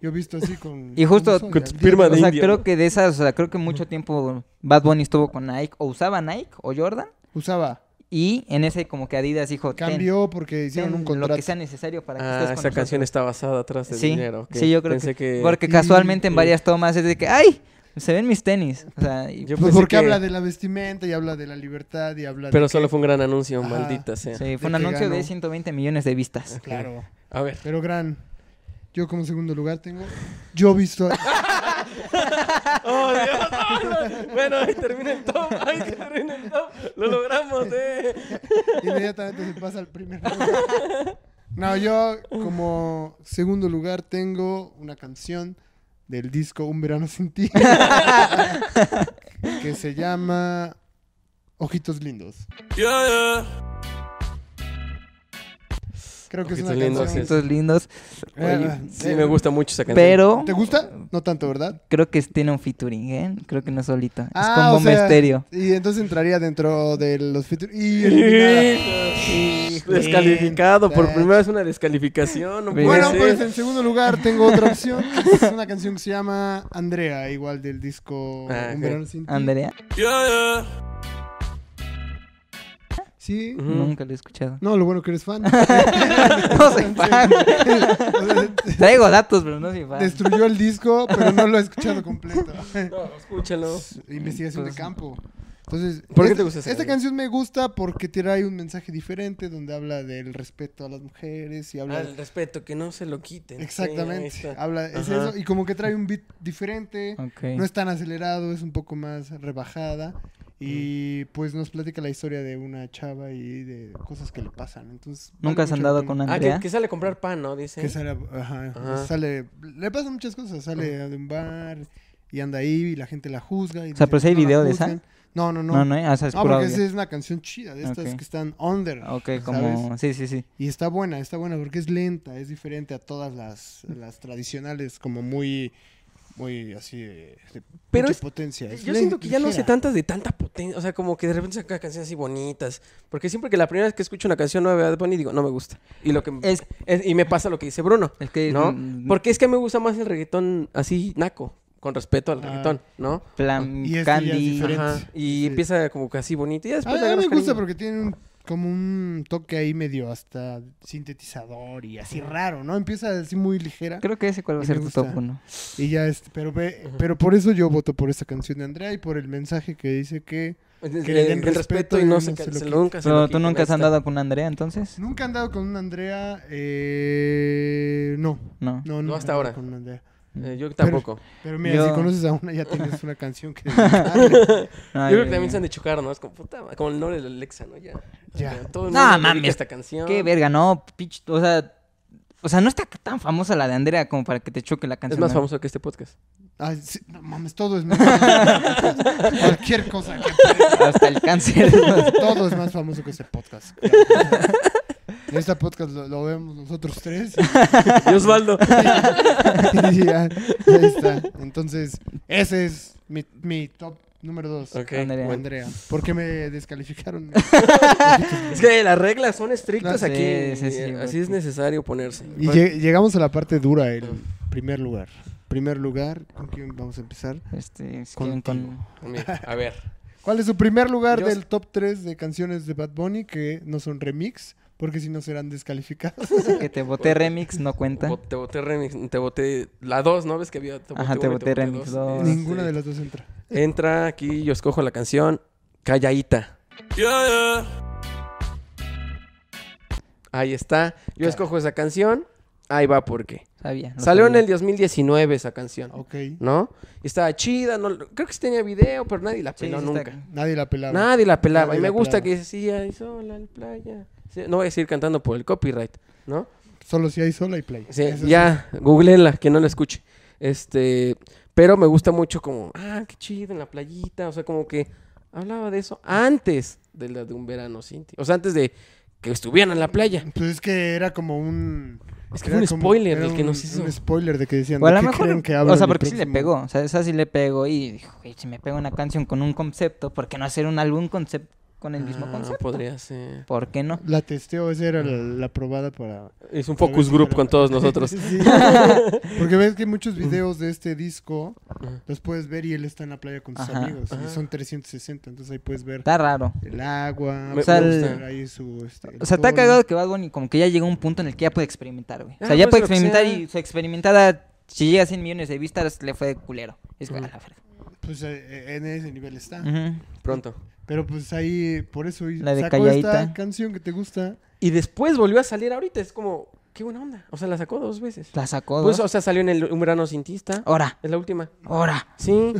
Speaker 2: Yo he visto así con.
Speaker 3: Y justo-
Speaker 2: con
Speaker 1: Con tu Pirma
Speaker 3: O
Speaker 1: de-
Speaker 3: sea,
Speaker 1: India,
Speaker 3: creo
Speaker 1: ¿no?
Speaker 3: que de esas, o sea, creo que mucho tiempo Bad Bunny estuvo con Nike, o usaba Nike o Jordan,
Speaker 2: Usaba.
Speaker 3: y en ese como que Adidas dijo, "Ten,
Speaker 2: Cambió porque
Speaker 3: ten
Speaker 2: hicieron un
Speaker 3: lo que
Speaker 2: contrato.
Speaker 3: sea necesario para que
Speaker 1: Ah,
Speaker 3: estés
Speaker 1: esa
Speaker 3: con nosotros".
Speaker 1: canción está basada atrás del
Speaker 3: sí,
Speaker 1: dinero. ok.
Speaker 3: sí, yo creo
Speaker 1: Pensé que...
Speaker 3: que, porque casualmente en varias tomas es de que, ay, se ven mis tenis, o sea, y-
Speaker 1: Yo-
Speaker 2: Pues
Speaker 1: pensé
Speaker 2: porque
Speaker 1: que-
Speaker 2: habla de la vestimenta y habla de la libertad y habla
Speaker 1: Pero
Speaker 2: de.
Speaker 1: solo fue un gran anuncio,
Speaker 2: Ajá.
Speaker 1: maldita sea.
Speaker 3: sí,
Speaker 2: de
Speaker 3: fue un
Speaker 2: que
Speaker 3: anuncio de
Speaker 2: ganó.
Speaker 3: 120 millones de vistas.
Speaker 2: Claro.
Speaker 1: A ver.
Speaker 2: Pero gran. Yo como segundo lugar tengo. Yo he visto.
Speaker 1: ¡Oh, Dios! Bueno, ahí termina el top. Ahí termina el top. Lo logramos, eh.
Speaker 2: Inmediatamente se pasa al primer lugar. No, yo como segundo lugar tengo una canción del disco Un verano sin ti. que se llama Ojitos lindos. Creo que
Speaker 1: Ojitos
Speaker 2: es una
Speaker 1: Lindos,
Speaker 2: canción.
Speaker 3: Estos lindos,
Speaker 1: Oye,
Speaker 2: Ah,
Speaker 1: sí,
Speaker 2: eh,
Speaker 1: me gusta mucho esa canción.
Speaker 3: pero
Speaker 2: ¿Te gusta? No tanto, ¿verdad?
Speaker 3: creo que tiene un featuring, ¿eh? Creo que no solito,
Speaker 2: Ah,
Speaker 3: es
Speaker 2: o
Speaker 3: como un
Speaker 2: sea,
Speaker 3: misterio.
Speaker 2: Y entonces entraría dentro de los features. Y eliminada.
Speaker 1: Descalificado, por
Speaker 2: Bien.
Speaker 1: primera vez una descalificación. No puede
Speaker 2: Bueno,
Speaker 1: ser.
Speaker 2: pues en segundo lugar tengo otra opción. que es una canción que se llama Andrea, igual del disco
Speaker 1: Ah,
Speaker 2: Un
Speaker 1: ok.
Speaker 2: verano sin ti.
Speaker 3: Andrea,
Speaker 2: Sí.
Speaker 1: Ujú.
Speaker 3: nunca lo he escuchado.
Speaker 2: No, lo bueno que eres fan.
Speaker 3: No soy fan.
Speaker 2: O sea,
Speaker 3: Traigo datos, pero no soy fan.
Speaker 2: Destruyó el disco, pero no lo he escuchado completo.
Speaker 1: No, escúchalo.
Speaker 2: Investigación
Speaker 3: Pues-
Speaker 2: de campo. Entonces,
Speaker 1: ¿Por qué
Speaker 2: esta-
Speaker 1: te gusta esa
Speaker 2: Esta
Speaker 1: canción?
Speaker 2: canción me gusta porque trae un mensaje diferente donde habla del respeto a las mujeres y habla
Speaker 1: Al respeto, que no se lo quiten. Sí, ahí
Speaker 2: Exactamente.
Speaker 1: está.
Speaker 2: Habla, es
Speaker 1: Ajá.
Speaker 2: eso. Y como que trae un beat diferente.
Speaker 3: Ok.
Speaker 2: No es tan acelerado, es un poco más rebajada. Y pues nos platica la historia de una chava y de cosas que le pasan. Entonces, vale
Speaker 3: ¿Nunca has
Speaker 2: mucho la
Speaker 3: andado
Speaker 2: pena.
Speaker 3: con
Speaker 1: Ah, que,
Speaker 3: Andrea?
Speaker 1: que sale a comprar pan, ¿no? Dice.
Speaker 2: Que sale, ajá, pues
Speaker 1: Ajá.
Speaker 2: sale- le pasan muchas cosas, sale de un bar y anda ahí y la gente la juzga. Y
Speaker 3: O sea, pero
Speaker 2: dice,
Speaker 3: si hay
Speaker 2: "No la
Speaker 3: video de esa".
Speaker 2: juzguen". No, no, no.
Speaker 3: No, no, ¿eh? o sea, es
Speaker 2: No, Ah,
Speaker 3: puro
Speaker 2: porque
Speaker 3: audio.
Speaker 2: esa es una canción chida, de estas
Speaker 3: Ok.
Speaker 2: que están under,
Speaker 3: Ok,
Speaker 2: ¿sabes?
Speaker 3: como... Sí, sí, sí.
Speaker 2: Y está buena, está buena porque es lenta, es diferente a todas las, las tradicionales, como muy, muy así de, de
Speaker 1: Pero
Speaker 2: mucha
Speaker 1: es-
Speaker 2: potencia. es
Speaker 1: Yo
Speaker 2: lenta,
Speaker 1: siento que ya no sé
Speaker 2: ligera.
Speaker 1: tantas de tanta potencia. O sea, como que de repente saca canciones así bonitas. Porque siempre que la primera vez que escucho una canción nueva de Bad Bunny, digo, no me gusta. Y, lo que,
Speaker 3: Es-
Speaker 1: es- y me pasa lo que dice Bruno.
Speaker 3: Es que...
Speaker 1: ¿No?
Speaker 3: mm,
Speaker 1: Porque es que me gusta más el reggaetón así naco, con respeto al
Speaker 2: Ah.
Speaker 1: reggaetón, ¿no?
Speaker 2: Y
Speaker 3: Plan
Speaker 2: este ya es
Speaker 3: Candy...
Speaker 2: diferente.
Speaker 1: Ajá. Y
Speaker 2: Sí.
Speaker 1: empieza como que así bonito. Y ya
Speaker 2: A,
Speaker 1: después
Speaker 2: a
Speaker 1: le
Speaker 2: mí me
Speaker 1: agarras
Speaker 2: gusta
Speaker 1: cariño.
Speaker 2: porque tiene un- como un toque ahí medio hasta sintetizador y así raro, ¿no? Empieza así muy ligera.
Speaker 3: Creo que ese cuál va a
Speaker 2: Y
Speaker 3: ser
Speaker 2: me
Speaker 3: tu
Speaker 2: gusta.
Speaker 3: top uno.
Speaker 2: Y ya este, pero ve- pero por eso yo voto por esta canción de Andrea y por el mensaje que dice que
Speaker 1: El,
Speaker 2: que le den
Speaker 1: el respeto y no se, ca-
Speaker 2: lo
Speaker 1: se
Speaker 2: quiten.
Speaker 1: nunca se lo
Speaker 3: Pero tú
Speaker 1: quiten,
Speaker 3: nunca
Speaker 1: ahí
Speaker 3: has
Speaker 1: está.
Speaker 3: andado con Andrea, entonces...
Speaker 2: nunca han dado con una Andrea eh, no.
Speaker 3: No.
Speaker 2: No, nunca
Speaker 1: hasta
Speaker 2: he andado
Speaker 1: ahora.
Speaker 2: Con una Andrea.
Speaker 1: Eh, yo tampoco.
Speaker 2: Pero mira,
Speaker 3: Yo-
Speaker 2: si conoces a una ya tienes una canción que dedicarle.
Speaker 3: No,
Speaker 1: yo creo que también se han de chocar, ¿no? Es como, puta, como el nombre de Alexa, ¿no? Ya.
Speaker 2: Ya.
Speaker 1: Ya, Todo el
Speaker 3: No,
Speaker 1: mundo dedica
Speaker 3: mames.
Speaker 1: esta canción.
Speaker 3: Qué verga, no, pitch, o sea... O sea, no está tan famosa la de Andrea como para que te choque la
Speaker 1: Es
Speaker 3: canción.
Speaker 1: más
Speaker 3: ¿no?
Speaker 1: famoso que este podcast.
Speaker 2: Ay, sí, no mames, todo es más famoso. Cualquier cosa que
Speaker 3: Hasta el cáncer.
Speaker 2: todo es más famoso que ese podcast. claro. En este podcast lo, lo vemos nosotros tres.
Speaker 1: Y Osvaldo.
Speaker 2: Y ya, ahí está. Entonces, ese es mi, mi top número dos.
Speaker 1: Ok.
Speaker 3: Andrea.
Speaker 1: bueno.
Speaker 2: Andrea. ¿Por qué me descalificaron?
Speaker 1: Es que las reglas son estrictas
Speaker 3: No, sí,
Speaker 1: aquí. Eh,
Speaker 3: sí, sí,
Speaker 1: así
Speaker 3: güey.
Speaker 1: es necesario ponerse.
Speaker 2: Y lleg- llegamos a la parte dura, el primer lugar. Primer lugar, ¿con quién vamos a empezar?
Speaker 3: Este, si quieren
Speaker 2: Contigo.
Speaker 3: con...
Speaker 1: Mira, A ver.
Speaker 2: ¿Cuál es su primer lugar
Speaker 1: Yo-
Speaker 2: del top 3 de canciones de Bad Bunny que no son remix? Porque si no serán descalificadas.
Speaker 3: Que te boté remix, no cuenta.
Speaker 1: Bo- Te boté remix, te boté la 2, ¿no? Ves que había te
Speaker 3: Ajá,
Speaker 1: boté una
Speaker 3: te
Speaker 1: y
Speaker 3: boté remix dos.
Speaker 1: Este,
Speaker 2: Ninguna de las dos entra.
Speaker 1: Entra aquí, yo escojo la canción Callaita. Ahí está. Yo escojo esa canción. Ahí va por qué.
Speaker 3: Sabía. no
Speaker 1: Salió en
Speaker 3: sabía.
Speaker 1: el 2019 esa canción,
Speaker 2: Ok.
Speaker 1: ¿no? Y estaba chida, no, creo que sí tenía video, pero nadie la
Speaker 3: Sí,
Speaker 1: peló
Speaker 3: sí está-
Speaker 1: Pues nunca.
Speaker 2: Nadie la pelaba.
Speaker 1: Nadie la pelaba.
Speaker 2: Nadie
Speaker 1: y me
Speaker 2: la
Speaker 1: gusta
Speaker 2: pelaba.
Speaker 1: que decía, y sola en playa. Sí, No voy a seguir cantando por el copyright, ¿no?
Speaker 2: Solo si hay sola y play.
Speaker 1: Sí,
Speaker 2: Eso
Speaker 1: ya, googleenla, que no la escuche. Este, pero me gusta mucho como, ah, qué chido, en la playita. O sea, como que hablaba de eso antes de la de un verano sin ti. O sea, antes de que estuvieran en la playa.
Speaker 2: sí. Pues es que era como un.
Speaker 1: Es que fue
Speaker 2: era
Speaker 1: un
Speaker 2: como-
Speaker 1: spoiler
Speaker 2: era
Speaker 1: el que nos
Speaker 2: un-
Speaker 1: hizo.
Speaker 2: Un spoiler de que decían.
Speaker 3: O a
Speaker 2: ¿de
Speaker 3: lo
Speaker 2: qué
Speaker 3: mejor,
Speaker 2: creen que
Speaker 3: o
Speaker 2: hablan
Speaker 3: sea,
Speaker 2: el
Speaker 3: porque sí le
Speaker 2: próximo?
Speaker 3: pegó, o sea, esa sí le pegó y dijo, "Güey, si me pego una canción con un concepto, ¿por qué no hacer un álbum concepto con el mismo
Speaker 1: Ah,
Speaker 3: concepto?
Speaker 1: Podría ser.
Speaker 3: ¿Por qué no?
Speaker 2: La testeo, esa era la, la probada para.
Speaker 1: Es un
Speaker 2: para ver
Speaker 1: focus
Speaker 2: si
Speaker 1: group
Speaker 2: era-
Speaker 1: con todos nosotros.
Speaker 2: Sí. Porque ves que muchos videos de este disco los puedes ver y él está en la playa con sus
Speaker 3: Ajá.
Speaker 2: amigos.
Speaker 1: Ajá.
Speaker 2: Y son 360, entonces ahí puedes ver
Speaker 3: Está raro.
Speaker 2: el agua.
Speaker 1: Me-
Speaker 2: puedes
Speaker 3: me
Speaker 2: ver
Speaker 1: gusta.
Speaker 2: ahí su, este, el
Speaker 3: O sea, está
Speaker 2: sol.
Speaker 3: cagado que Bad Bunny como que ya llegó a un punto en el que ya puede experimentar, güey. O sea,
Speaker 1: Ah,
Speaker 3: ya
Speaker 1: pues,
Speaker 3: puede
Speaker 1: lo que
Speaker 3: experimentar
Speaker 1: sea.
Speaker 3: y su experimentada, si llega a 100 millones de vistas, le fue de culero. Es que, a
Speaker 1: Ujú.
Speaker 3: la verga.
Speaker 2: Pues eh, en ese nivel está.
Speaker 3: Ujú.
Speaker 1: Pronto.
Speaker 2: Pero pues ahí, por eso y-
Speaker 3: La de
Speaker 2: sacó esta
Speaker 3: Calladita.
Speaker 2: canción que te gusta.
Speaker 1: Y después volvió a salir ahorita. Es como, qué buena onda. O sea, la sacó dos veces.
Speaker 3: La sacó
Speaker 1: Pues,
Speaker 3: dos.
Speaker 1: o sea, salió en el, un verano sin tista.
Speaker 3: Ahora,
Speaker 1: Es la última.
Speaker 3: ahora.
Speaker 1: Sí.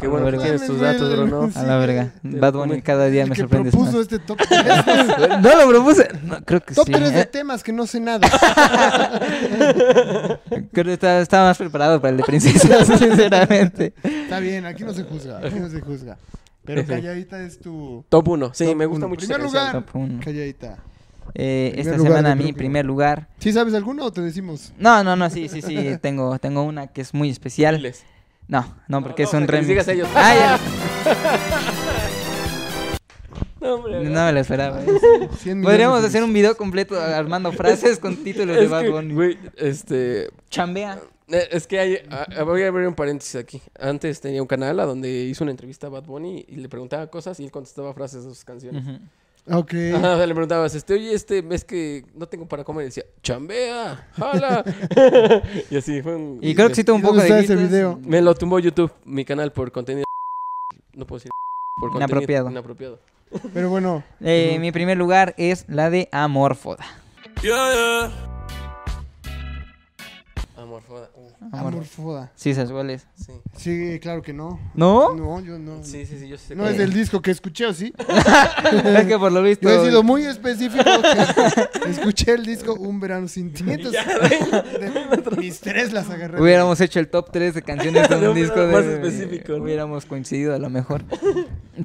Speaker 1: Qué bueno que
Speaker 3: verga.
Speaker 1: tienes tus datos, bro, ¿no?
Speaker 2: Sí,
Speaker 3: A la verga.
Speaker 1: te
Speaker 3: Bad
Speaker 1: lo
Speaker 3: Bunny
Speaker 1: prometo.
Speaker 3: cada día
Speaker 2: El
Speaker 3: me
Speaker 2: que
Speaker 3: sorprende
Speaker 2: propuso
Speaker 3: más.
Speaker 2: este top 3.
Speaker 3: No lo propuse. No, creo que
Speaker 2: top
Speaker 3: sí.
Speaker 2: 3 de
Speaker 3: eh.
Speaker 2: temas que no sé nada.
Speaker 3: Creo que estaba, estaba más preparado para el de princesas, sinceramente.
Speaker 2: Está bien, aquí no se juzga, aquí no se juzga. Pero
Speaker 1: Ujú.
Speaker 2: calladita es tu
Speaker 1: Top 1. Sí,
Speaker 2: Top
Speaker 1: me gusta
Speaker 2: uno.
Speaker 1: mucho.
Speaker 2: Primer
Speaker 1: esa canción.
Speaker 2: lugar.
Speaker 3: Top uno.
Speaker 2: calladita.
Speaker 3: Eh,
Speaker 2: Primer
Speaker 3: esta
Speaker 2: lugar,
Speaker 3: semana a
Speaker 2: yo
Speaker 3: mí,
Speaker 2: creo que-
Speaker 3: primer lugar.
Speaker 2: ¿Sí sabes alguno o te decimos?
Speaker 3: No, no, no, sí, sí, sí. Tengo, tengo una que es muy especial.
Speaker 1: Diles.
Speaker 3: No, no, porque
Speaker 1: No,
Speaker 3: es
Speaker 1: no,
Speaker 3: un
Speaker 1: o sea, que les
Speaker 3: remix.
Speaker 1: digas a ellos.
Speaker 3: Ah, ya.
Speaker 1: No, hombre.
Speaker 3: No me lo esperaba. ¿eh?
Speaker 2: Cien millones
Speaker 3: Podríamos
Speaker 2: de
Speaker 3: hacer un video completo armando frases con títulos de
Speaker 1: Es
Speaker 3: Bad
Speaker 1: que,
Speaker 3: Bunny.
Speaker 1: güey, este,
Speaker 3: Chambea.
Speaker 1: Eh, Es que hay, a- a- voy a abrir un paréntesis aquí. Antes tenía un canal a donde hizo una entrevista a Bad Bunny y le preguntaba cosas y él contestaba frases de sus canciones.
Speaker 3: Ujú.
Speaker 2: vistas. Ok.
Speaker 1: Ajá, o sea, le preguntabas, este, oye, este, ves que no tengo para comer. Y decía, chambea, jala. y así fue un...
Speaker 3: Y creo que sí tuvo un
Speaker 2: ¿Y dónde
Speaker 3: poco
Speaker 2: está
Speaker 3: de
Speaker 2: ese
Speaker 3: vistas.
Speaker 2: video?
Speaker 1: Me lo tumbó YouTube, mi canal, por contenido... No puedo decir... Por contenido
Speaker 3: Inapropiado.
Speaker 1: inapropiado.
Speaker 2: Pero bueno,
Speaker 3: Eh,
Speaker 1: Ujú.
Speaker 3: Mi primer lugar es la de Amorfoda.
Speaker 1: Amor, foda. Uh,
Speaker 3: Amor.
Speaker 2: amorfoda.
Speaker 3: Sí, ¿sabes cuál es?
Speaker 1: sí.
Speaker 2: Sí, claro que no.
Speaker 3: ¿No?
Speaker 2: No, yo
Speaker 3: Mm.
Speaker 2: no.
Speaker 1: sí, sí, sí, yo sé.
Speaker 2: No
Speaker 1: cuál
Speaker 2: es del disco que escuché, ¿o sí?
Speaker 3: es que por lo visto.
Speaker 2: Yo he sido muy específico. que escuché el disco Un Verano Sin Ti. entonces, de- mis tres las agarré.
Speaker 3: Hubiéramos hecho el top 3 de canciones de
Speaker 1: De
Speaker 3: un
Speaker 1: un
Speaker 3: disco de-
Speaker 1: más específico, ¿no?
Speaker 3: Hubiéramos coincidido a lo mejor.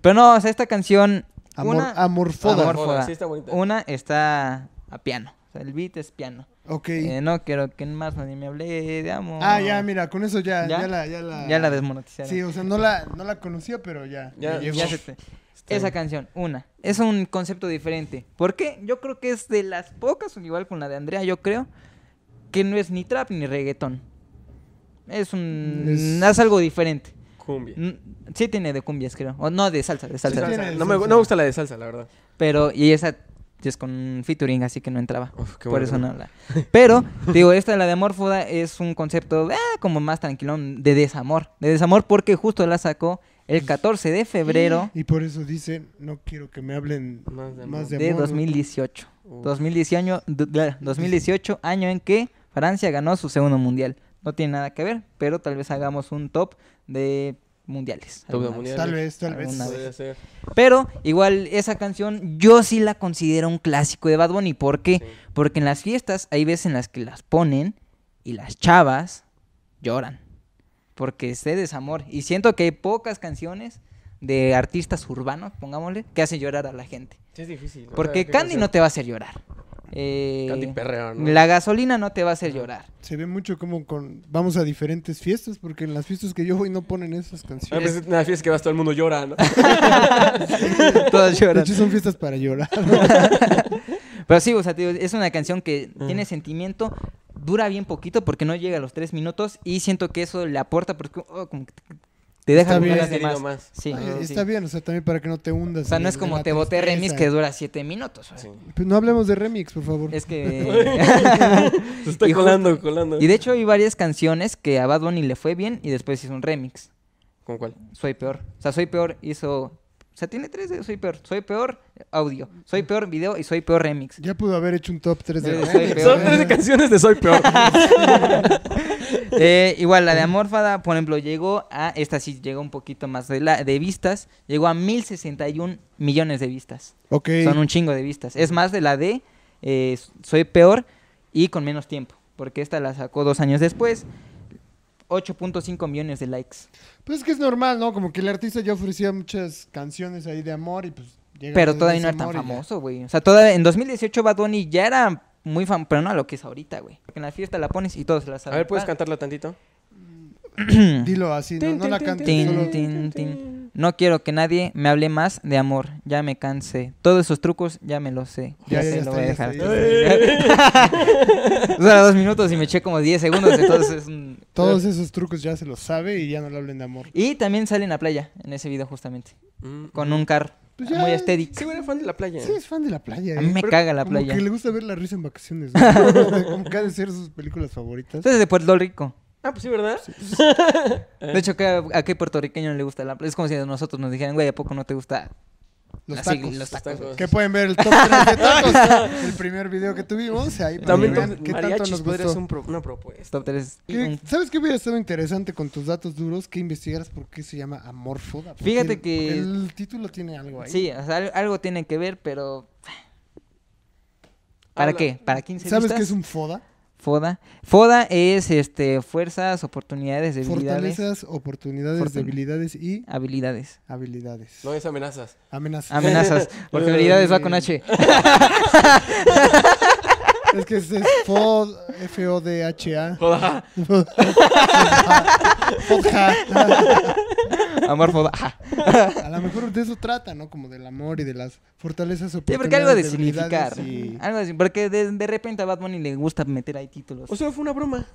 Speaker 3: Pero no, o sea, esta canción.
Speaker 2: Amor,
Speaker 3: una,
Speaker 2: Amorfoda.
Speaker 1: Amor-
Speaker 3: Amorfoda.
Speaker 1: Sí, está bonita.
Speaker 3: Una está a piano. O sea, el beat es piano.
Speaker 2: Ok.
Speaker 3: Eh, no quiero que más nadie me hable de amor.
Speaker 2: ah, ya, mira, con eso ya,
Speaker 3: ¿Ya?
Speaker 2: ya, la, ya la...
Speaker 3: Ya la desmonetizaron.
Speaker 2: Sí, o sea, no la, no la conocía, pero ya.
Speaker 1: Ya-
Speaker 2: me llegó.
Speaker 3: Ya se te-
Speaker 1: Está
Speaker 3: Esa
Speaker 1: bien.
Speaker 3: canción, una. Es un concepto diferente. ¿Por qué? Yo creo que es de las pocas, igual con la de Andrea, yo creo, que no es ni trap ni reggaetón. Es un...
Speaker 2: Es-
Speaker 3: Es, algo diferente.
Speaker 1: Cumbia.
Speaker 3: N- Mm, Sí tiene de cumbias, creo. O no, de salsa, de salsa.
Speaker 2: Sí,
Speaker 1: Salsa.
Speaker 2: tiene
Speaker 1: No, me,
Speaker 2: salsa.
Speaker 1: no me gusta la de salsa, la verdad.
Speaker 3: Pero, y esa es con featuring, así que no entraba.
Speaker 1: Uf, Oh, qué
Speaker 3: Por
Speaker 1: bueno que
Speaker 3: eso no la... Pero, digo, esta, la de Amorfoda, es un concepto ah, como más tranquilón de desamor. De desamor porque justo la sacó el 14 de febrero
Speaker 2: Y por eso dicen, no quiero que me hablen
Speaker 1: Más de
Speaker 2: más
Speaker 1: amor.
Speaker 2: de,
Speaker 3: de
Speaker 2: amor.
Speaker 3: 2018.
Speaker 1: Uf.
Speaker 3: 2018, año- du- bla, 2018, año en que Francia ganó su segundo mundial. No tiene nada que ver, pero tal vez hagamos un top de mundiales.
Speaker 1: Top de
Speaker 3: alguna vez.
Speaker 2: Tal vez, tal vez.
Speaker 3: Alguna vez.
Speaker 1: Podría ser.
Speaker 3: Pero igual esa canción yo sí la considero un clásico de Bad Bunny. ¿Por qué?
Speaker 1: Sí.
Speaker 3: Porque en las fiestas hay veces en las que las ponen y las chavas lloran. Porque es de desamor. Y siento que hay pocas canciones de artistas urbanos, pongámosle, que hacen llorar a la gente.
Speaker 1: Sí, es difícil. ¿no? O
Speaker 3: Porque
Speaker 1: sea, ¿qué
Speaker 3: Candy no
Speaker 1: canción?
Speaker 3: te va a hacer llorar. Eh,
Speaker 1: Candy perreo, ¿no?
Speaker 3: La gasolina no te va a hacer llorar.
Speaker 2: Se ve mucho como con... Vamos a diferentes fiestas, porque en las fiestas que yo voy no ponen esas
Speaker 1: Ah,
Speaker 2: canciones.
Speaker 1: pues, es una fiesta que vas todo el mundo llora, ¿no?
Speaker 3: Todas
Speaker 2: De
Speaker 3: lloran.
Speaker 2: hecho, son fiestas para llorar.
Speaker 3: Pero sí, o sea, te digo, es una canción que
Speaker 1: Ah.
Speaker 3: tiene sentimiento, dura bien poquito porque no llega a los tres minutos y siento que eso le aporta porque oh, como que te- te deja
Speaker 2: Está
Speaker 3: con
Speaker 2: bien.
Speaker 3: ganas de
Speaker 1: Querido
Speaker 3: más.
Speaker 1: más.
Speaker 3: Sí,
Speaker 2: Ay,
Speaker 3: sí.
Speaker 2: Está bien, o sea, también para que no te hundas.
Speaker 3: O sea,
Speaker 2: en
Speaker 3: no
Speaker 2: el-
Speaker 3: es
Speaker 2: en
Speaker 3: como
Speaker 2: la
Speaker 3: te boté
Speaker 2: tristeza.
Speaker 3: remix que dura siete minutos. o sea.
Speaker 1: Sí.
Speaker 2: Pues no hablemos de remix, por favor.
Speaker 3: Es que...
Speaker 1: Se está
Speaker 3: Y justo-
Speaker 1: colando, colando.
Speaker 3: y de hecho hay varias canciones que a Bad Bunny le fue bien y después hizo un remix.
Speaker 1: ¿Con cuál?
Speaker 3: Soy peor. O sea, Soy peor hizo O sea, tiene tres de soy peor. Soy peor audio,
Speaker 2: Mm.
Speaker 3: soy peor video y soy peor remix.
Speaker 2: Ya pudo haber hecho un top 3 de
Speaker 3: Eh, soy
Speaker 2: remix,
Speaker 3: peor.
Speaker 1: Son
Speaker 2: ¿verdad?
Speaker 1: tres canciones de Soy Peor.
Speaker 3: Eh, igual, la de Amorfada, por ejemplo, llegó a. Esta sí llegó un poquito más de, la, de vistas. Llegó a 1061 millones de vistas.
Speaker 2: Ok.
Speaker 3: Son un chingo de vistas. Es más de la de eh, Soy Peor y con menos tiempo. Porque esta la sacó dos años después. 8.5 millones de likes.
Speaker 2: Pues es que es normal, ¿no? Como que el artista ya ofrecía muchas canciones ahí de amor y pues llega
Speaker 3: Pero
Speaker 2: de
Speaker 3: todavía no era tan
Speaker 2: desamor y ya.
Speaker 3: famoso, güey. O sea, todavía, en 2018 Bad Bunny ya era muy famoso, pero no a lo que es ahorita, güey. Porque en la fiesta la pones y todos la
Speaker 1: A
Speaker 3: saben.
Speaker 1: ver, ¿puedes
Speaker 3: Ah,
Speaker 1: cantarla tantito?
Speaker 2: Dilo así, no, no la cantes.
Speaker 3: Mm. tin,
Speaker 2: solo-
Speaker 3: tin. No quiero que nadie me hable más de amor. Ya me cansé. Todos esos trucos ya me los sé.
Speaker 2: Ya, ya,
Speaker 3: Ya, sé,
Speaker 2: ya
Speaker 3: lo
Speaker 2: está,
Speaker 3: voy a
Speaker 2: ya
Speaker 3: dejar.
Speaker 2: está,
Speaker 3: o sea, dos minutos y me eché como 10 segundos. Entonces es un...
Speaker 2: Todos esos trucos ya se los sabe y ya no le hablen de amor.
Speaker 3: Y también sale en la playa, en ese video justamente.
Speaker 1: Mm.
Speaker 3: Con un car
Speaker 2: Pues ya,
Speaker 3: muy estético.
Speaker 1: Sí, güey, era fan de la playa.
Speaker 2: Sí, es fan de la playa. ¿eh?
Speaker 3: A mí me
Speaker 2: Pero
Speaker 3: caga la
Speaker 2: como
Speaker 3: playa.
Speaker 2: que le gusta ver la risa en vacaciones. ¿no? como que ha de ser sus películas favoritas.
Speaker 3: Entonces de Puerto Rico.
Speaker 1: Ah, pues sí, ¿verdad?
Speaker 3: De hecho, ¿qué- ¿a qué puertorriqueño no le gusta la playa? Es como si a nosotros nos dijeran, güey, ¿a poco no te gusta
Speaker 2: Los
Speaker 3: Así,
Speaker 2: tacos.
Speaker 3: los tacos.
Speaker 1: tacos.
Speaker 2: Que pueden ver el top 3 de tacos. el primer video que tuvimos. Ahí para
Speaker 1: También
Speaker 2: que
Speaker 1: to-
Speaker 2: vean qué tanto
Speaker 1: mariachis
Speaker 2: nos
Speaker 1: podría ser
Speaker 2: gustó.
Speaker 1: un pro- una propuesta.
Speaker 3: Top 3?
Speaker 2: ¿Qué- ¿Sabes qué hubiera estado interesante con tus datos duros? Que investigaras por qué se llama amorfoda. Porque
Speaker 3: Fíjate
Speaker 2: el-
Speaker 3: que-
Speaker 2: El título tiene algo ahí.
Speaker 3: Sí, o sea, al- algo tiene que ver, pero... ¿Para
Speaker 1: Habla.
Speaker 3: qué? ¿Para 15
Speaker 2: ¿Sabes
Speaker 3: vistas?
Speaker 2: qué es un foda?
Speaker 3: FODA. FODA es este, fuerzas, oportunidades, debilidades.
Speaker 2: Fortalezas, oportunidades,
Speaker 3: Fortuna.
Speaker 2: debilidades y
Speaker 3: Habilidades.
Speaker 2: habilidades.
Speaker 1: No es amenazas.
Speaker 2: Amenazas.
Speaker 3: Amenazas. Porque habilidades va con H.
Speaker 2: Es que es, es FOD, F-O-D-H-A.
Speaker 1: Joda.
Speaker 2: Fodja.
Speaker 3: Amor FODA. Ajá.
Speaker 2: A lo mejor de eso trata, ¿no? Como del amor y de las fortalezas,
Speaker 3: Sí,
Speaker 2: oportunidades,
Speaker 3: porque algo de
Speaker 2: debilidades
Speaker 3: significar. Ah,
Speaker 2: y-
Speaker 3: Algo de- porque de, de repente a Bad Bunny le gusta meter ahí títulos.
Speaker 1: O sea, fue una broma.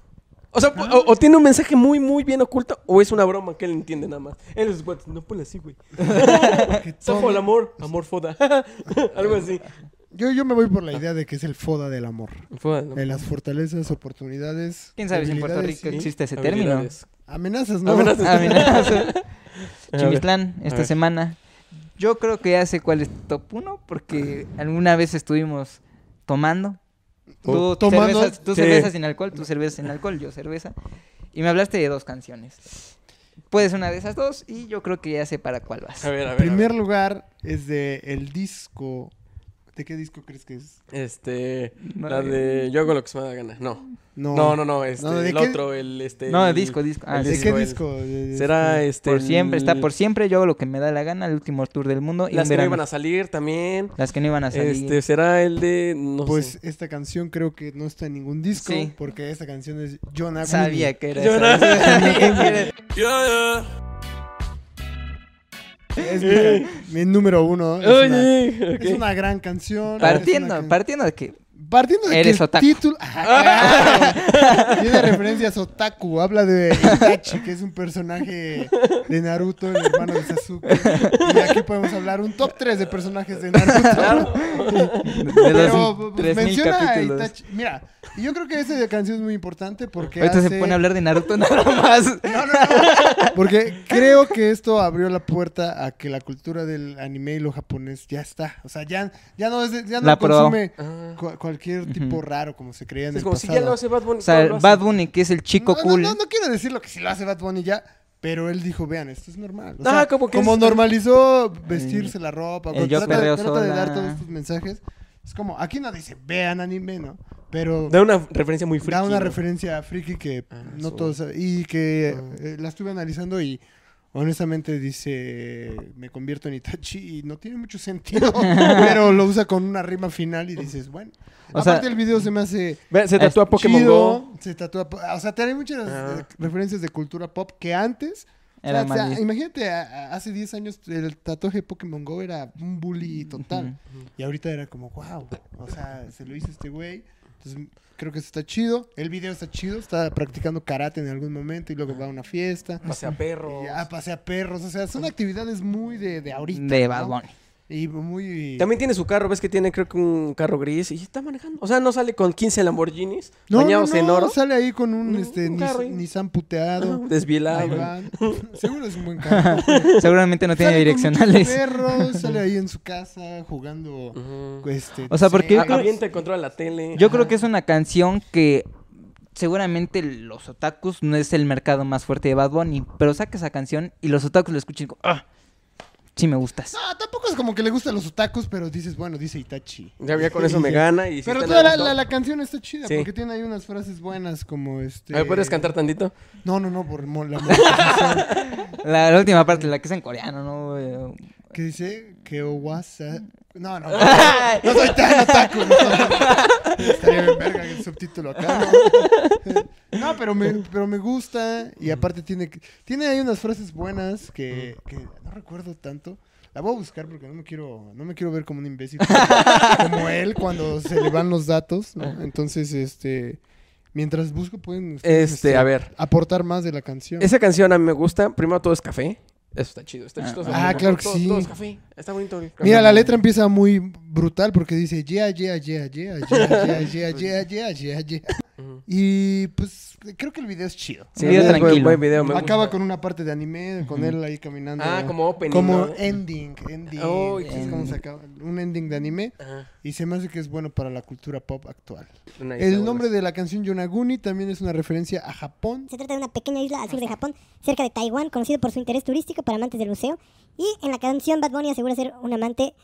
Speaker 1: O sea, o, o tiene un mensaje muy, muy bien oculto, o es una broma que él entiende nada más. Él es what, no ponle así, güey.
Speaker 2: que
Speaker 1: Safo
Speaker 2: todo-
Speaker 1: el amor, amor foda. Algo así.
Speaker 2: Yo, yo me voy
Speaker 1: Ah.
Speaker 2: por la idea de que es el foda del amor.
Speaker 1: Foda,
Speaker 3: Eh,
Speaker 2: De las fortalezas, oportunidades.
Speaker 3: ¿Quién sabe si en Puerto
Speaker 2: debilidades
Speaker 3: Rico
Speaker 2: y-
Speaker 3: existe ese término?
Speaker 2: Amenazas, ¿no?
Speaker 1: Amenazas.
Speaker 3: Amenazas.
Speaker 1: ver.
Speaker 3: Chimislán,
Speaker 1: A
Speaker 3: esta
Speaker 1: ver.
Speaker 3: semana. Yo creo que ya sé cuál es top 1 porque alguna vez estuvimos tomando. Tú,
Speaker 2: ¿Tomando?
Speaker 3: cervezas- tú
Speaker 1: Sí.
Speaker 3: cerveza sin alcohol, tú cerveza sin alcohol, yo cerveza. Y me hablaste de dos canciones. Puedes una de esas dos y yo creo que ya sé para cuál vas.
Speaker 1: A ver, a ver.
Speaker 2: Primer lugar es de el disco. ¿De qué disco crees que es?
Speaker 1: Este.
Speaker 3: No,
Speaker 1: la
Speaker 3: eh.
Speaker 1: de Yo hago lo que se me da gana. No. No, no, no. Este,
Speaker 2: No, ¿de
Speaker 1: el
Speaker 2: qué?
Speaker 1: otro, el este.
Speaker 3: No,
Speaker 1: el-
Speaker 3: disco, disco. Ah,
Speaker 1: el
Speaker 2: ¿De qué
Speaker 1: el-
Speaker 2: disco? De-
Speaker 1: Será
Speaker 2: este,
Speaker 1: este.
Speaker 3: Por siempre,
Speaker 1: el-
Speaker 3: está por siempre, yo hago lo que me da la gana, el último tour del mundo. y
Speaker 1: Las
Speaker 3: un
Speaker 1: que no
Speaker 3: verano.
Speaker 1: iban a salir también.
Speaker 3: Las que no iban a salir.
Speaker 1: Este, será el de. No
Speaker 2: Pues
Speaker 1: sé.
Speaker 2: esta canción creo que no está en ningún disco.
Speaker 3: Sí.
Speaker 2: Porque esta canción es John Agudi.
Speaker 3: Sabía que era
Speaker 1: Yo
Speaker 3: esa.
Speaker 1: no-
Speaker 3: Sabía que era-
Speaker 2: Es mi, mi número uno. Es Pues, una,
Speaker 1: Oye, ok.
Speaker 2: es una gran canción. es una
Speaker 3: Partiendo,
Speaker 2: can-
Speaker 3: partiendo de que
Speaker 2: Partiendo de
Speaker 3: Eres
Speaker 2: que el
Speaker 3: otaku.
Speaker 2: título Ah, claro. tiene referencias otaku, habla de Itachi, que es un personaje de Naruto, el hermano de Sasuke. Y aquí podemos hablar un top 3 de personajes de Naruto.
Speaker 3: de los
Speaker 2: Pero pues,
Speaker 3: 3000
Speaker 2: menciona a
Speaker 3: capítulos.
Speaker 2: Itachi. Mira, yo creo que esa canción es muy importante porque
Speaker 3: Ahorita
Speaker 2: hace...
Speaker 3: se pone a hablar de Naruto nada más.
Speaker 2: No, no, no. Porque creo que esto abrió la puerta a que la cultura del anime y lo japonés ya está. O sea, ya, ya no, es de- ya no
Speaker 3: La probó.
Speaker 2: consume
Speaker 1: Ah.
Speaker 2: cu- cualquier tipo
Speaker 3: Ujú.
Speaker 2: raro como se creía en
Speaker 1: Es
Speaker 2: el
Speaker 1: como si
Speaker 2: pasado.
Speaker 1: ya lo hace Bad Bunny.
Speaker 3: O sea,
Speaker 1: todo lo hace.
Speaker 3: Bad Bunny, que es el chico
Speaker 2: no, no,
Speaker 3: cool.
Speaker 2: No, no, quiero decir lo que si lo hace Bad Bunny ya, pero él dijo, vean, esto es normal. O
Speaker 1: Ah,
Speaker 2: sea, como
Speaker 1: como que es-
Speaker 2: normalizó vestirse la ropa,
Speaker 3: el
Speaker 2: cuando
Speaker 3: yo
Speaker 2: trata, de,
Speaker 3: perreo
Speaker 2: trata de
Speaker 3: sola.
Speaker 2: dar todos estos mensajes. Es como, aquí no dice, vean anime, ¿no? Pero
Speaker 1: Da una referencia muy friki.
Speaker 2: da una
Speaker 1: ¿no?
Speaker 2: referencia a friki que
Speaker 1: Ah,
Speaker 2: no
Speaker 1: eso.
Speaker 2: todos... saben, Y que
Speaker 1: Ah.
Speaker 2: eh, la estuve analizando y... Honestamente dice, me convierto en Itachi y no tiene mucho sentido, pero lo usa con una rima final y dices, bueno.
Speaker 3: O sea-
Speaker 2: aparte el video se me hace
Speaker 1: Ve, Se tatúa
Speaker 3: Es
Speaker 1: Pokémon
Speaker 2: chido,
Speaker 1: Go.
Speaker 2: Se tatúa. po- O sea, tiene muchas
Speaker 1: Ah.
Speaker 2: eh, referencias de cultura pop que antes. o sea,
Speaker 3: Era
Speaker 2: o sea,
Speaker 3: más-
Speaker 2: imagínate, a- a- hace 10 años el tatuaje de Pokémon Go era un bully total. Y ahorita era como, wow. O sea, se lo hizo este güey. Entonces, creo que eso está chido. El video está chido. Está practicando karate en algún momento y luego va a una fiesta.
Speaker 1: Pasea perros.
Speaker 2: Y ya pasea perros. O sea, son actividades muy de, de ahorita.
Speaker 3: de
Speaker 2: ¿no?
Speaker 3: Bad Bunny.
Speaker 2: Y muy...
Speaker 1: También tiene su carro, ves que tiene creo que un carro gris y está manejando. O sea, no sale con 15 Lamborghinis
Speaker 2: No, no,
Speaker 1: bañados en
Speaker 2: no,
Speaker 1: oro,
Speaker 2: sale ahí con un,
Speaker 1: Un-
Speaker 2: este,
Speaker 1: un
Speaker 2: Nis-
Speaker 1: carro ahí.
Speaker 2: Nissan puteado. Ahí
Speaker 1: desvielado.
Speaker 2: van. Seguro es un buen carro.
Speaker 3: Seguramente no tiene
Speaker 2: Sale con muchos
Speaker 3: direccionales.
Speaker 2: perros, sale ahí en su casa jugando.
Speaker 1: Ujú.
Speaker 2: Este,
Speaker 3: O sea,
Speaker 2: no
Speaker 3: porque
Speaker 2: sé,
Speaker 3: yo
Speaker 1: A-
Speaker 3: creo-
Speaker 1: Avienta el control a la tele.
Speaker 3: Yo creo que es una canción que seguramente los otakus no es el mercado más fuerte de Bad Bunny, pero saca esa canción y los otakus lo escuchan y digo, ah, sí me gustas.
Speaker 2: No, tampoco es como que le gustan los otakus, pero dices, bueno, dice Itachi.
Speaker 1: Ya, ya con eso me gana y si
Speaker 2: Pero
Speaker 1: te
Speaker 2: toda la,
Speaker 1: gustó-
Speaker 2: la- la canción está chida
Speaker 1: Sí.
Speaker 2: porque tiene ahí unas frases buenas como este.
Speaker 1: A ver, ¿puedes cantar tantito?
Speaker 2: No, no, no, por mo- la mo-
Speaker 3: La, la última parte, la que es en coreano, ¿no? Eh,
Speaker 2: que dice que Owasa. No, no, no, no soy tan otaku. no. Estaría bien verga el subtítulo acá. No, No, pero me, pero me gusta y aparte tiene que- tiene ahí unas frases buenas que, que no recuerdo tanto. La voy a buscar porque no me quiero no me quiero ver como un imbécil como, como él cuando se le van los datos, ¿no? Entonces, este mientras busco pueden ustedes,
Speaker 1: Este, a ver.
Speaker 2: aportar más de la canción.
Speaker 1: Esa canción a mí me gusta. Primero todo es café. Eso está chido, está
Speaker 3: Ah,
Speaker 1: chistoso.
Speaker 2: ah,
Speaker 1: Todo-
Speaker 2: claro que
Speaker 1: todo-
Speaker 2: sí.
Speaker 1: Todo es café. Está bonito. el café.
Speaker 2: Mira, la letra empieza muy brutal porque dice yeah, yeah, yeah, yeah, yeah, yeah, yeah, yeah, yeah, yeah, yeah.
Speaker 1: Ujú.
Speaker 2: Y pues creo que el video es chido.
Speaker 1: Sí,
Speaker 3: Video
Speaker 1: es buen-
Speaker 3: tranquilo.
Speaker 1: buen video, me gusta.
Speaker 2: Acaba con una parte de anime, con él ahí caminando.
Speaker 1: Ah, como opening.
Speaker 2: Como
Speaker 1: ¿no?
Speaker 2: ending, ending.
Speaker 1: Oh,
Speaker 2: es como se acaba, un ending de anime.
Speaker 1: Ajá.
Speaker 2: Y se me hace que es bueno para la cultura pop actual.
Speaker 1: Una isla,
Speaker 2: El
Speaker 1: bueno.
Speaker 2: nombre de la canción Yonaguni también es una referencia a Japón.
Speaker 4: Se trata de una pequeña isla al sur de Japón, cerca de Taiwán, conocido por su interés turístico para amantes del museo. Y en la canción Bad Bunny asegura ser un amante,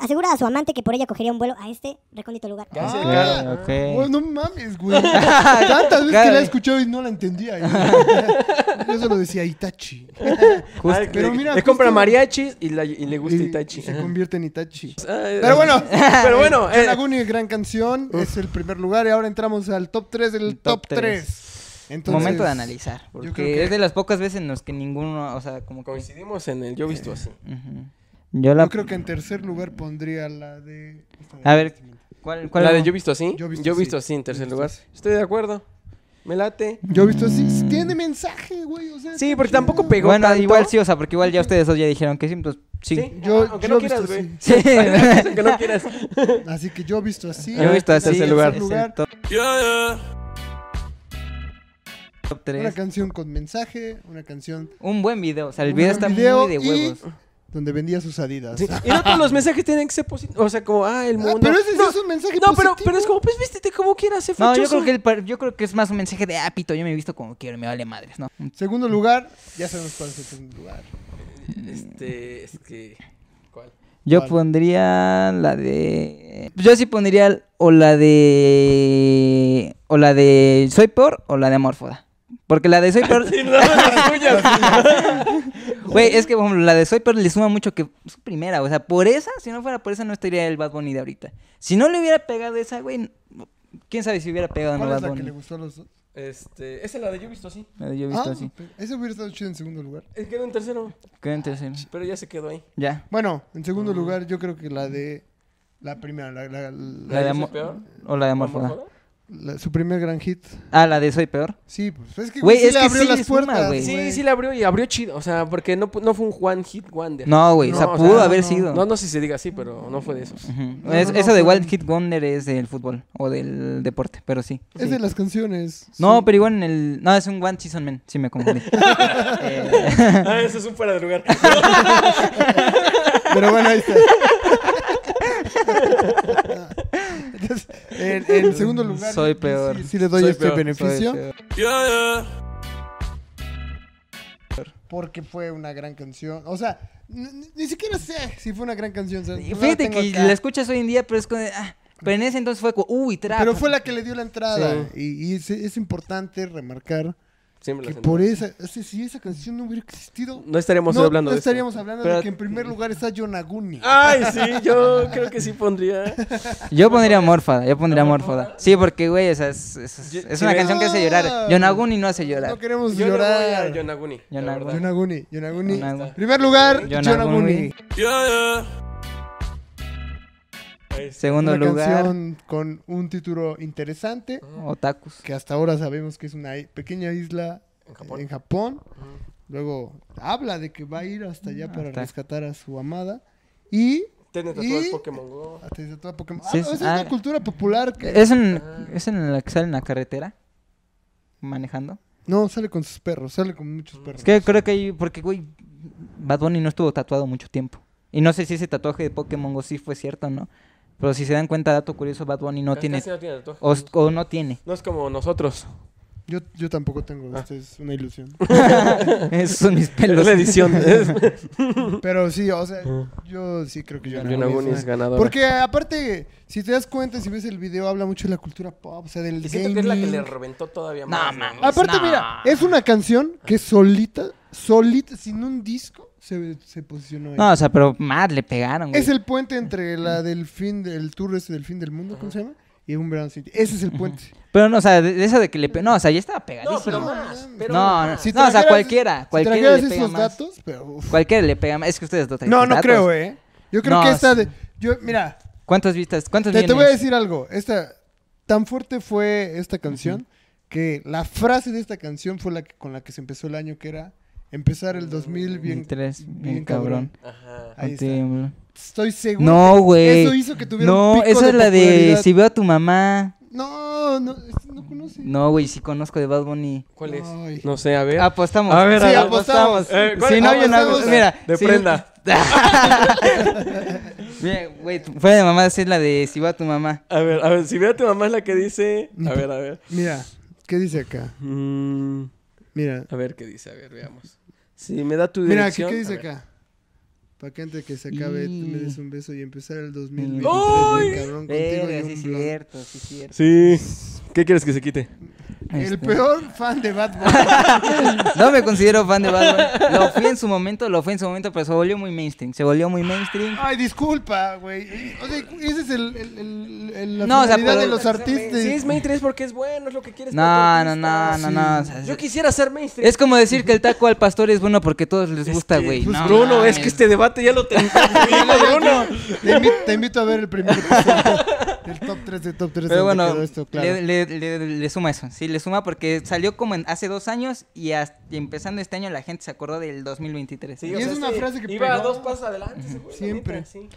Speaker 4: asegura a su amante que por ella cogería un vuelo a este recóndito lugar.
Speaker 1: Ah,
Speaker 2: Ah,
Speaker 3: ok.
Speaker 2: Güey, no mames, güey. Tantas veces que
Speaker 3: Claro.
Speaker 2: la he escuchado y no la entendía. Yo- Yo solo decía Itachi.
Speaker 1: Ah,
Speaker 3: justo.
Speaker 1: le-
Speaker 2: Pero mira,
Speaker 1: le
Speaker 2: justo-
Speaker 1: compra mariachis y, la- y le gusta
Speaker 2: Y-
Speaker 1: Itachi.
Speaker 2: y se
Speaker 1: Ajá.
Speaker 2: convierte en Itachi.
Speaker 1: Ah, eh,
Speaker 2: Pero bueno,
Speaker 1: pero bueno, eh,
Speaker 2: Yonaguni, gran canción, es el primer lugar y ahora entramos al top 3 del
Speaker 3: El
Speaker 2: top
Speaker 3: top
Speaker 2: 3.
Speaker 3: Momento de analizar,
Speaker 2: creo
Speaker 3: porque
Speaker 2: que-
Speaker 3: es de las pocas veces en las que ninguno, o sea, como que...
Speaker 1: coincidimos en el yo visto así.
Speaker 3: Ujú. Yo la...
Speaker 2: Yo creo que en tercer lugar pondría la de...
Speaker 3: A ver, ¿cuál? cuál
Speaker 1: La
Speaker 3: era?
Speaker 1: de yo visto así. Yo
Speaker 2: Yo visto
Speaker 1: visto,
Speaker 2: así.
Speaker 1: así en tercer
Speaker 2: Yo visto
Speaker 1: lugar.
Speaker 2: así.
Speaker 1: Estoy de acuerdo. Me late.
Speaker 2: Yo he visto así, tiene mensaje, güey. O sea,
Speaker 1: Sí,
Speaker 2: está
Speaker 1: porque
Speaker 2: chido.
Speaker 1: tampoco pegó
Speaker 3: Bueno,
Speaker 1: tanto.
Speaker 3: igual sí, o sea, porque igual ya ustedes dos ya dijeron que sí, entonces sí.
Speaker 1: Sí, Ah,
Speaker 2: Yo-
Speaker 1: aunque
Speaker 2: yo
Speaker 1: no
Speaker 2: he
Speaker 1: quieras,
Speaker 2: visto
Speaker 1: güey.
Speaker 2: así.
Speaker 3: Sí.
Speaker 1: Aunque no quieras.
Speaker 2: Así que yo he visto así.
Speaker 3: Yo he visto así.
Speaker 1: tercer
Speaker 3: es
Speaker 1: lugar.
Speaker 3: el
Speaker 2: lugar.
Speaker 3: top, top
Speaker 2: Una
Speaker 3: 3.
Speaker 2: canción con mensaje, una canción
Speaker 3: Un buen video, o sea, el
Speaker 2: Un
Speaker 3: video
Speaker 2: buen
Speaker 3: está
Speaker 2: video
Speaker 3: muy de
Speaker 2: y-
Speaker 3: huevos.
Speaker 2: donde vendía sus adidas.
Speaker 1: Sí. Y no todos los mensajes tienen que ser positivos. O sea, como, ah, el
Speaker 2: Ah,
Speaker 1: mundo.
Speaker 2: pero ese sí
Speaker 1: no,
Speaker 2: es un mensaje
Speaker 1: no, pero,
Speaker 2: positivo.
Speaker 1: pero es como, pues vístete como quieras, sé
Speaker 3: No, yo
Speaker 1: fachoso.
Speaker 3: creo, que el par- yo creo que es más un mensaje de, ah, pito, yo me he visto como quiero, me vale madres, ¿no?
Speaker 2: Segundo lugar, ya sabemos cuál es el segundo lugar.
Speaker 1: Este, es que. ¿Cuál?
Speaker 3: Yo
Speaker 2: ¿Cuál?
Speaker 3: pondría la de... Yo sí pondría o la de... O la de Soy Peor o la de Amorfoda. Porque la de Soy Peor...
Speaker 1: Sí, no, las tuyas.
Speaker 3: Güey, es que por ejemplo, la de Soy Peor le suma mucho que su primera. O sea, por esa, si no fuera por esa, no estaría el Bad Bunny de ahorita. Si no le hubiera pegado esa, güey, quién sabe si hubiera pegado en el
Speaker 2: ¿Cuál es
Speaker 3: Bad
Speaker 2: la que le
Speaker 3: Bunny.
Speaker 2: gustó a los dos?
Speaker 1: Este, esa es la de yo visto así.
Speaker 3: La de yo he visto
Speaker 2: Ah,
Speaker 3: así.
Speaker 2: ese hubiera estado chido en segundo lugar.
Speaker 1: Eh, Quedó en tercero,
Speaker 3: Quedó en tercero.
Speaker 1: pero ya se quedó ahí.
Speaker 3: Ya.
Speaker 2: Bueno, en
Speaker 3: Mm.
Speaker 2: segundo lugar, yo creo que la de. La primera, la, la- la-
Speaker 3: La de
Speaker 1: yo
Speaker 3: amor.
Speaker 1: soy peor?
Speaker 3: O la de Amorfoda.
Speaker 1: ¿Amorfoda?
Speaker 2: la- su primer gran hit.
Speaker 3: Ah, la de Soy Peor.
Speaker 2: Sí, pues es que
Speaker 3: Güey,
Speaker 2: sí
Speaker 3: es
Speaker 2: le
Speaker 3: que
Speaker 2: abrió
Speaker 3: sí le
Speaker 2: las
Speaker 3: suma,
Speaker 2: puertas.
Speaker 3: güey.
Speaker 1: Sí, sí la abrió y abrió chido. O sea, porque no, pu- no fue un one hit wonder.
Speaker 3: No, güey, o sea,
Speaker 1: No, o sea,
Speaker 3: Pues, pudo
Speaker 1: no,
Speaker 3: haber
Speaker 2: no.
Speaker 3: sido. Eh.
Speaker 1: No, no sé si se diga así, pero no fue de esos.
Speaker 3: Ujú.
Speaker 2: No,
Speaker 3: Es-
Speaker 2: no, no,
Speaker 3: eso de
Speaker 2: fue-
Speaker 3: Wild Hit Wonder es del fútbol o del deporte, pero sí.
Speaker 2: Es de las canciones.
Speaker 3: No,
Speaker 2: Sí.
Speaker 3: pero igual en el. No, es un One Season Man, sí me confundí. Eh,
Speaker 1: ah, eso es un fuera de lugar.
Speaker 2: Pero bueno, ahí está. Entonces, en, en segundo lugar.
Speaker 3: Soy
Speaker 2: yo
Speaker 3: peor.
Speaker 2: Sí, sí le doy
Speaker 1: Soy
Speaker 2: este
Speaker 1: peor, soy
Speaker 2: beneficio.
Speaker 3: soy-
Speaker 2: Porque fue una gran canción. O sea, n- n- ni siquiera sé si fue una gran canción. o sea, no la
Speaker 3: Fíjate
Speaker 2: tengo
Speaker 3: que
Speaker 2: acá.
Speaker 3: la escuchas hoy en día, pero es como. de, ah, pero en ese entonces fue como. Uy, trap.
Speaker 2: Pero fue la que le dio la entrada. Y, y es, es importante remarcar
Speaker 1: Siempre
Speaker 2: que
Speaker 1: las
Speaker 2: por esa. o sea, si esa canción no hubiera existido.
Speaker 1: No estaríamos
Speaker 2: no,
Speaker 1: hablando
Speaker 2: no
Speaker 1: de esto. Ah,
Speaker 2: estaríamos hablando de
Speaker 3: Pero-
Speaker 2: que en primer lugar está Yonaguni.
Speaker 1: Ay, sí, yo creo que sí pondría.
Speaker 3: Yo pondría Mórfada, yo pondría Mórfada. Sí, porque, güey, o sea, es, es- es-
Speaker 1: Yo-
Speaker 3: es
Speaker 1: si
Speaker 3: una
Speaker 1: ves-
Speaker 3: canción que hace llorar. Yonaguni no hace llorar.
Speaker 2: No queremos
Speaker 1: Yo le voy a
Speaker 2: Pues llorar.
Speaker 1: Yonaguni. la
Speaker 3: Yonaguni.
Speaker 1: verdad.
Speaker 2: Yonaguni, Yonaguni.
Speaker 3: Yonaguni.
Speaker 2: Primer lugar, Yonaguni.
Speaker 3: Yonaguni. Segundo
Speaker 2: Una
Speaker 3: lugar,
Speaker 2: canción con un título interesante
Speaker 3: Otakus.
Speaker 2: que hasta ahora sabemos que es una i- pequeña isla
Speaker 1: En Japón.
Speaker 2: en
Speaker 3: Ah,
Speaker 2: Japón. Luego habla de que va a ir hasta allá para
Speaker 3: Hasta-
Speaker 2: rescatar a su amada. Y.
Speaker 1: Tiene tatuajes
Speaker 2: y-
Speaker 1: Pokémon Go.
Speaker 2: Ah, te tatúa Pokémon.
Speaker 3: Sí,
Speaker 2: Ah,
Speaker 3: es-
Speaker 2: esa es
Speaker 3: ah.
Speaker 2: una cultura popular. que-
Speaker 3: ¿Es en, ¿Es en la que sale en la carretera? Manejando.
Speaker 2: No, sale con sus perros, sale con muchos
Speaker 1: Mm.
Speaker 2: perros.
Speaker 3: Es que creo que hay. Porque, güey, Bad Bunny no estuvo tatuado mucho tiempo. Y no sé si ese tatuaje de Pokémon Go sí fue cierto o no. Pero si se dan cuenta, dato curioso, Bad Bunny no
Speaker 1: Casi
Speaker 3: tiene.
Speaker 1: no tiene tatuajes.
Speaker 3: O, o no tiene.
Speaker 1: No es como nosotros.
Speaker 2: Yo, yo tampoco
Speaker 3: Ah.
Speaker 2: tengo, esta es una ilusión.
Speaker 3: Esos son mis
Speaker 1: Es
Speaker 3: pelos.
Speaker 1: la edición.
Speaker 2: Pero sí, o sea,
Speaker 3: Mm.
Speaker 2: yo sí creo que yo
Speaker 1: Yuna Goon es ganadora.
Speaker 2: Porque aparte, si te das cuenta, si ves el video, habla mucho de la cultura pop, o sea, del
Speaker 1: Y siento que es la que
Speaker 2: gaming.
Speaker 1: le reventó todavía
Speaker 3: No,
Speaker 1: más.
Speaker 3: mames.
Speaker 2: Aparte,
Speaker 3: No.
Speaker 2: mira, es una canción que solita, solita, sin un disco, se, se posicionó ahí.
Speaker 3: No, o sea, pero más le pegaron, güey.
Speaker 2: es el puente entre la del fin del tour ese del fin del mundo, ¿cómo se llama? Y un verano sin ti. Ese es el puente.
Speaker 3: Pero no, o sea, de de esa de que le pe- No, o sea, ya estaba pegadísimo.
Speaker 1: No, pero
Speaker 2: No,
Speaker 1: más.
Speaker 2: no,
Speaker 1: pero
Speaker 3: no, no,
Speaker 1: más.
Speaker 3: no, o sea,
Speaker 2: trajeras-
Speaker 3: cualquiera. Cualquiera
Speaker 2: si trajeras
Speaker 3: le pega
Speaker 2: esos
Speaker 3: más.
Speaker 2: datos, pero uf.
Speaker 3: Cualquiera le pega más. Es que ustedes no traen
Speaker 2: No,
Speaker 3: sus
Speaker 2: no
Speaker 3: datos.
Speaker 2: creo, eh. Yo creo
Speaker 3: No,
Speaker 2: que esta
Speaker 3: sí.
Speaker 2: de yo mira,
Speaker 3: ¿Cuántas vistas? ¿Cuántas
Speaker 2: Te, te voy a
Speaker 3: millones?
Speaker 2: decir algo. Esta, tan fuerte fue esta canción que la frase de esta canción fue la que, con la que se empezó el año, que era empezar el 2000 bien,
Speaker 3: Mil tres,
Speaker 2: bien
Speaker 3: mil cabrón.
Speaker 1: Ajá.
Speaker 2: Ahí está.
Speaker 3: Contigo.
Speaker 2: Estoy seguro.
Speaker 3: No, güey.
Speaker 2: Eso hizo que tuviera un
Speaker 3: No,
Speaker 2: pico
Speaker 3: esa es la de
Speaker 2: popularidad.
Speaker 3: si veo a tu mamá.
Speaker 2: No, no, este no conoce.
Speaker 3: No, güey, si conozco de Bad Bunny.
Speaker 1: ¿Cuál es?
Speaker 2: Ay.
Speaker 1: No sé, a ver.
Speaker 3: Ah, Apostamos.
Speaker 1: A ver, Sí, a ver.
Speaker 2: apostamos.
Speaker 1: Eh, ¿cuál-
Speaker 3: si no, yo no
Speaker 2: apostamos?
Speaker 3: hago- Mira.
Speaker 1: De
Speaker 3: si-
Speaker 1: prenda.
Speaker 3: Mira, güey, fuera de mamá, es la de si veo a tu mamá.
Speaker 1: A ver, a ver, si ve a tu mamá es la que dice. A ver, a ver.
Speaker 2: Mira, ¿qué dice acá?
Speaker 1: Mm,
Speaker 2: Mira,
Speaker 1: a ver qué dice, a ver, veamos. Si me da tu
Speaker 2: mira, ¿qué,
Speaker 1: dirección.
Speaker 2: qué dice
Speaker 1: a ver.
Speaker 2: acá? Para que antes de que se acabe
Speaker 3: Y-
Speaker 2: me des un beso y empezar el
Speaker 1: ¡Ay!
Speaker 2: 2023 bien cabrón contigo y
Speaker 3: Verga, sí,
Speaker 2: un
Speaker 3: es
Speaker 2: blog.
Speaker 3: cierto, sí, es cierto.
Speaker 1: Sí. ¿Qué quieres que se quite?
Speaker 2: El
Speaker 3: Este,
Speaker 2: peor fan de Bad Bunny.
Speaker 3: No me considero fan de Bad Bunny. Lo fui en su momento, lo fui en su momento, pero se volvió muy mainstream. Se volvió muy mainstream.
Speaker 2: Ay, disculpa, güey. O sea, ese es el, el, el, el- la
Speaker 3: No, o sea,
Speaker 2: finalidad
Speaker 3: pero-
Speaker 2: de los artistas.
Speaker 1: Sí, es mainstream es porque es bueno, es lo que quieres.
Speaker 3: No,
Speaker 1: para tu
Speaker 3: no, no,
Speaker 1: artista.
Speaker 3: no, no. o sea,
Speaker 1: Yo quisiera ser mainstream.
Speaker 3: es como decir que el taco al pastor es bueno porque a todos les
Speaker 1: Es
Speaker 3: gusta,
Speaker 1: que,
Speaker 3: güey.
Speaker 1: pues,
Speaker 3: No,
Speaker 1: Bruno,
Speaker 3: mames.
Speaker 1: es que este debate ya lo tenemos. Bruno.
Speaker 2: Te, invi- te invito a ver el primer episodio del top 3 de top 3. donde
Speaker 3: Pero bueno,
Speaker 2: Pues, quedó esto, claro.
Speaker 3: le, le- le- le suma eso, sí, le suma porque salió como en- hace dos años y, hasta- y empezando este año la gente se acordó del 2023.
Speaker 1: Sí,
Speaker 2: Y
Speaker 1: o
Speaker 2: es
Speaker 1: sea,
Speaker 2: una
Speaker 1: sí,
Speaker 2: frase que
Speaker 1: Iba a
Speaker 2: pegó.
Speaker 1: dos pasos adelante, seguro, la
Speaker 2: Siempre.
Speaker 1: neta, sí.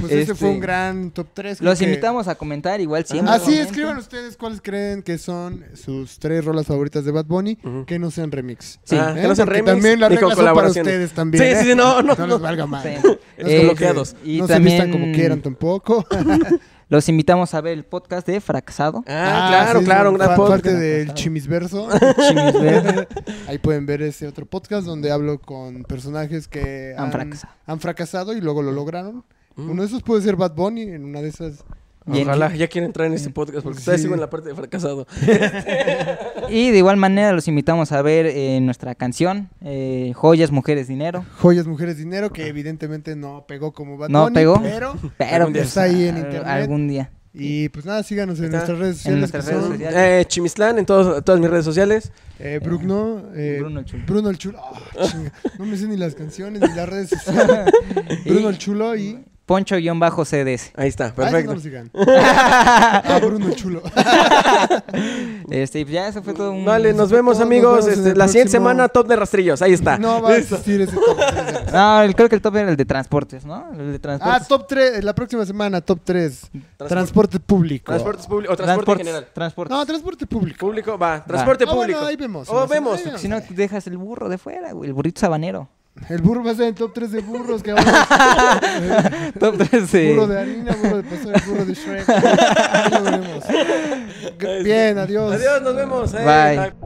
Speaker 2: pues este, fue
Speaker 3: este,
Speaker 2: un gran top 3.
Speaker 3: Los invitamos a comentar igual siempre.
Speaker 2: Así,
Speaker 3: comenten.
Speaker 2: Ah, escriban ustedes cuáles creen que son sus tres rolas favoritas de Bad Bunny
Speaker 1: Ujú.
Speaker 2: que no sean remix.
Speaker 3: Sí.
Speaker 1: Ah,
Speaker 2: ¿Eh?
Speaker 1: que no sean
Speaker 2: Porque
Speaker 1: remix
Speaker 2: También las
Speaker 1: ni con
Speaker 2: reglas son para
Speaker 1: colaboraciones.
Speaker 2: ustedes también.
Speaker 1: Sí,
Speaker 2: ¿eh?
Speaker 1: sí, no, no,
Speaker 2: No
Speaker 1: no.
Speaker 2: les valga mal.
Speaker 3: Sí.
Speaker 2: No es
Speaker 3: Eh,
Speaker 2: como
Speaker 1: bloqueados.
Speaker 2: que
Speaker 3: Y
Speaker 2: Este, no
Speaker 3: también
Speaker 2: se vistan como quieran tampoco.
Speaker 3: Los invitamos a ver el podcast de Fracasado.
Speaker 1: Ah, claro,
Speaker 2: sí,
Speaker 1: claro, un gran
Speaker 2: fa-
Speaker 1: podcast.
Speaker 2: Parte del Chimisverso.
Speaker 3: Chimisverso.
Speaker 2: Ahí pueden ver ese otro podcast donde hablo con personajes que
Speaker 3: Han fracasado.
Speaker 2: han fracasado y luego lo lograron.
Speaker 1: Mm.
Speaker 2: Uno de esos puede ser Bad Bunny en una de esas.
Speaker 3: Y en-
Speaker 1: Ojalá ya quiera entrar en este podcast porque todavía
Speaker 2: Sí.
Speaker 1: sigo en la parte de fracasado.
Speaker 3: Y de igual manera los invitamos a ver eh, nuestra canción, eh, Joyas, Mujeres, Dinero.
Speaker 2: Joyas, mujeres, dinero, que evidentemente no pegó como Bad
Speaker 3: No
Speaker 2: Bunny.
Speaker 3: pegó.
Speaker 2: Pero.
Speaker 3: Pero
Speaker 1: Algún día.
Speaker 2: Está ahí en
Speaker 3: al-
Speaker 2: internet.
Speaker 3: Algún día.
Speaker 2: Y pues nada, síganos en
Speaker 1: Está
Speaker 2: nuestras redes sociales.
Speaker 3: en nuestras
Speaker 2: que
Speaker 3: redes
Speaker 2: son,
Speaker 3: sociales.
Speaker 1: Eh, Chimistlán en todos- todas mis redes sociales.
Speaker 2: eh, Bruno. eh,
Speaker 3: Bruno el Chulo.
Speaker 2: Bruno el Chulo. Ah, chinga, no me sé ni las canciones ni las redes sociales. Bruno el Chulo y.
Speaker 3: Poncho-CDS.
Speaker 1: Ahí está,
Speaker 2: Ah, ese
Speaker 1: perfecto.
Speaker 2: no lo sigan. Ah, Bruno el Chulo.
Speaker 3: Este, y ya eso fue todo un...
Speaker 1: Vale, nos vemos
Speaker 2: Nos
Speaker 1: amigos.
Speaker 2: vemos en
Speaker 1: este,
Speaker 2: el
Speaker 1: la siguiente
Speaker 2: próximo-
Speaker 1: semana, top de rastrillos. Ahí está.
Speaker 2: No va a existir ese top 3.
Speaker 3: No, el- creo que el top era el de transportes, ¿no? El de transportes.
Speaker 2: Ah, top 3. La próxima semana, top 3. Transporte, público.
Speaker 1: Transportes públicos o Ah, transporte
Speaker 3: Transportes,
Speaker 1: general.
Speaker 3: transportes.
Speaker 2: No, transporte público.
Speaker 1: Público, va. Transporte
Speaker 2: Ah, bueno,
Speaker 1: público.
Speaker 2: ahí vemos.
Speaker 1: Oh, vemos.
Speaker 2: Ahí vemos.
Speaker 3: Si no, tú dejas el burro de fuera, güey. El burrito sabanero.
Speaker 2: El burro va a ser el top 3 de burros que hablamos.
Speaker 3: Top 13.
Speaker 2: Burro de harina, burro de pastor, burro de Shrek. Ahí lo veremos. Bien,
Speaker 1: Adiós, nos vemos. eh.
Speaker 3: Bye.
Speaker 1: Bye.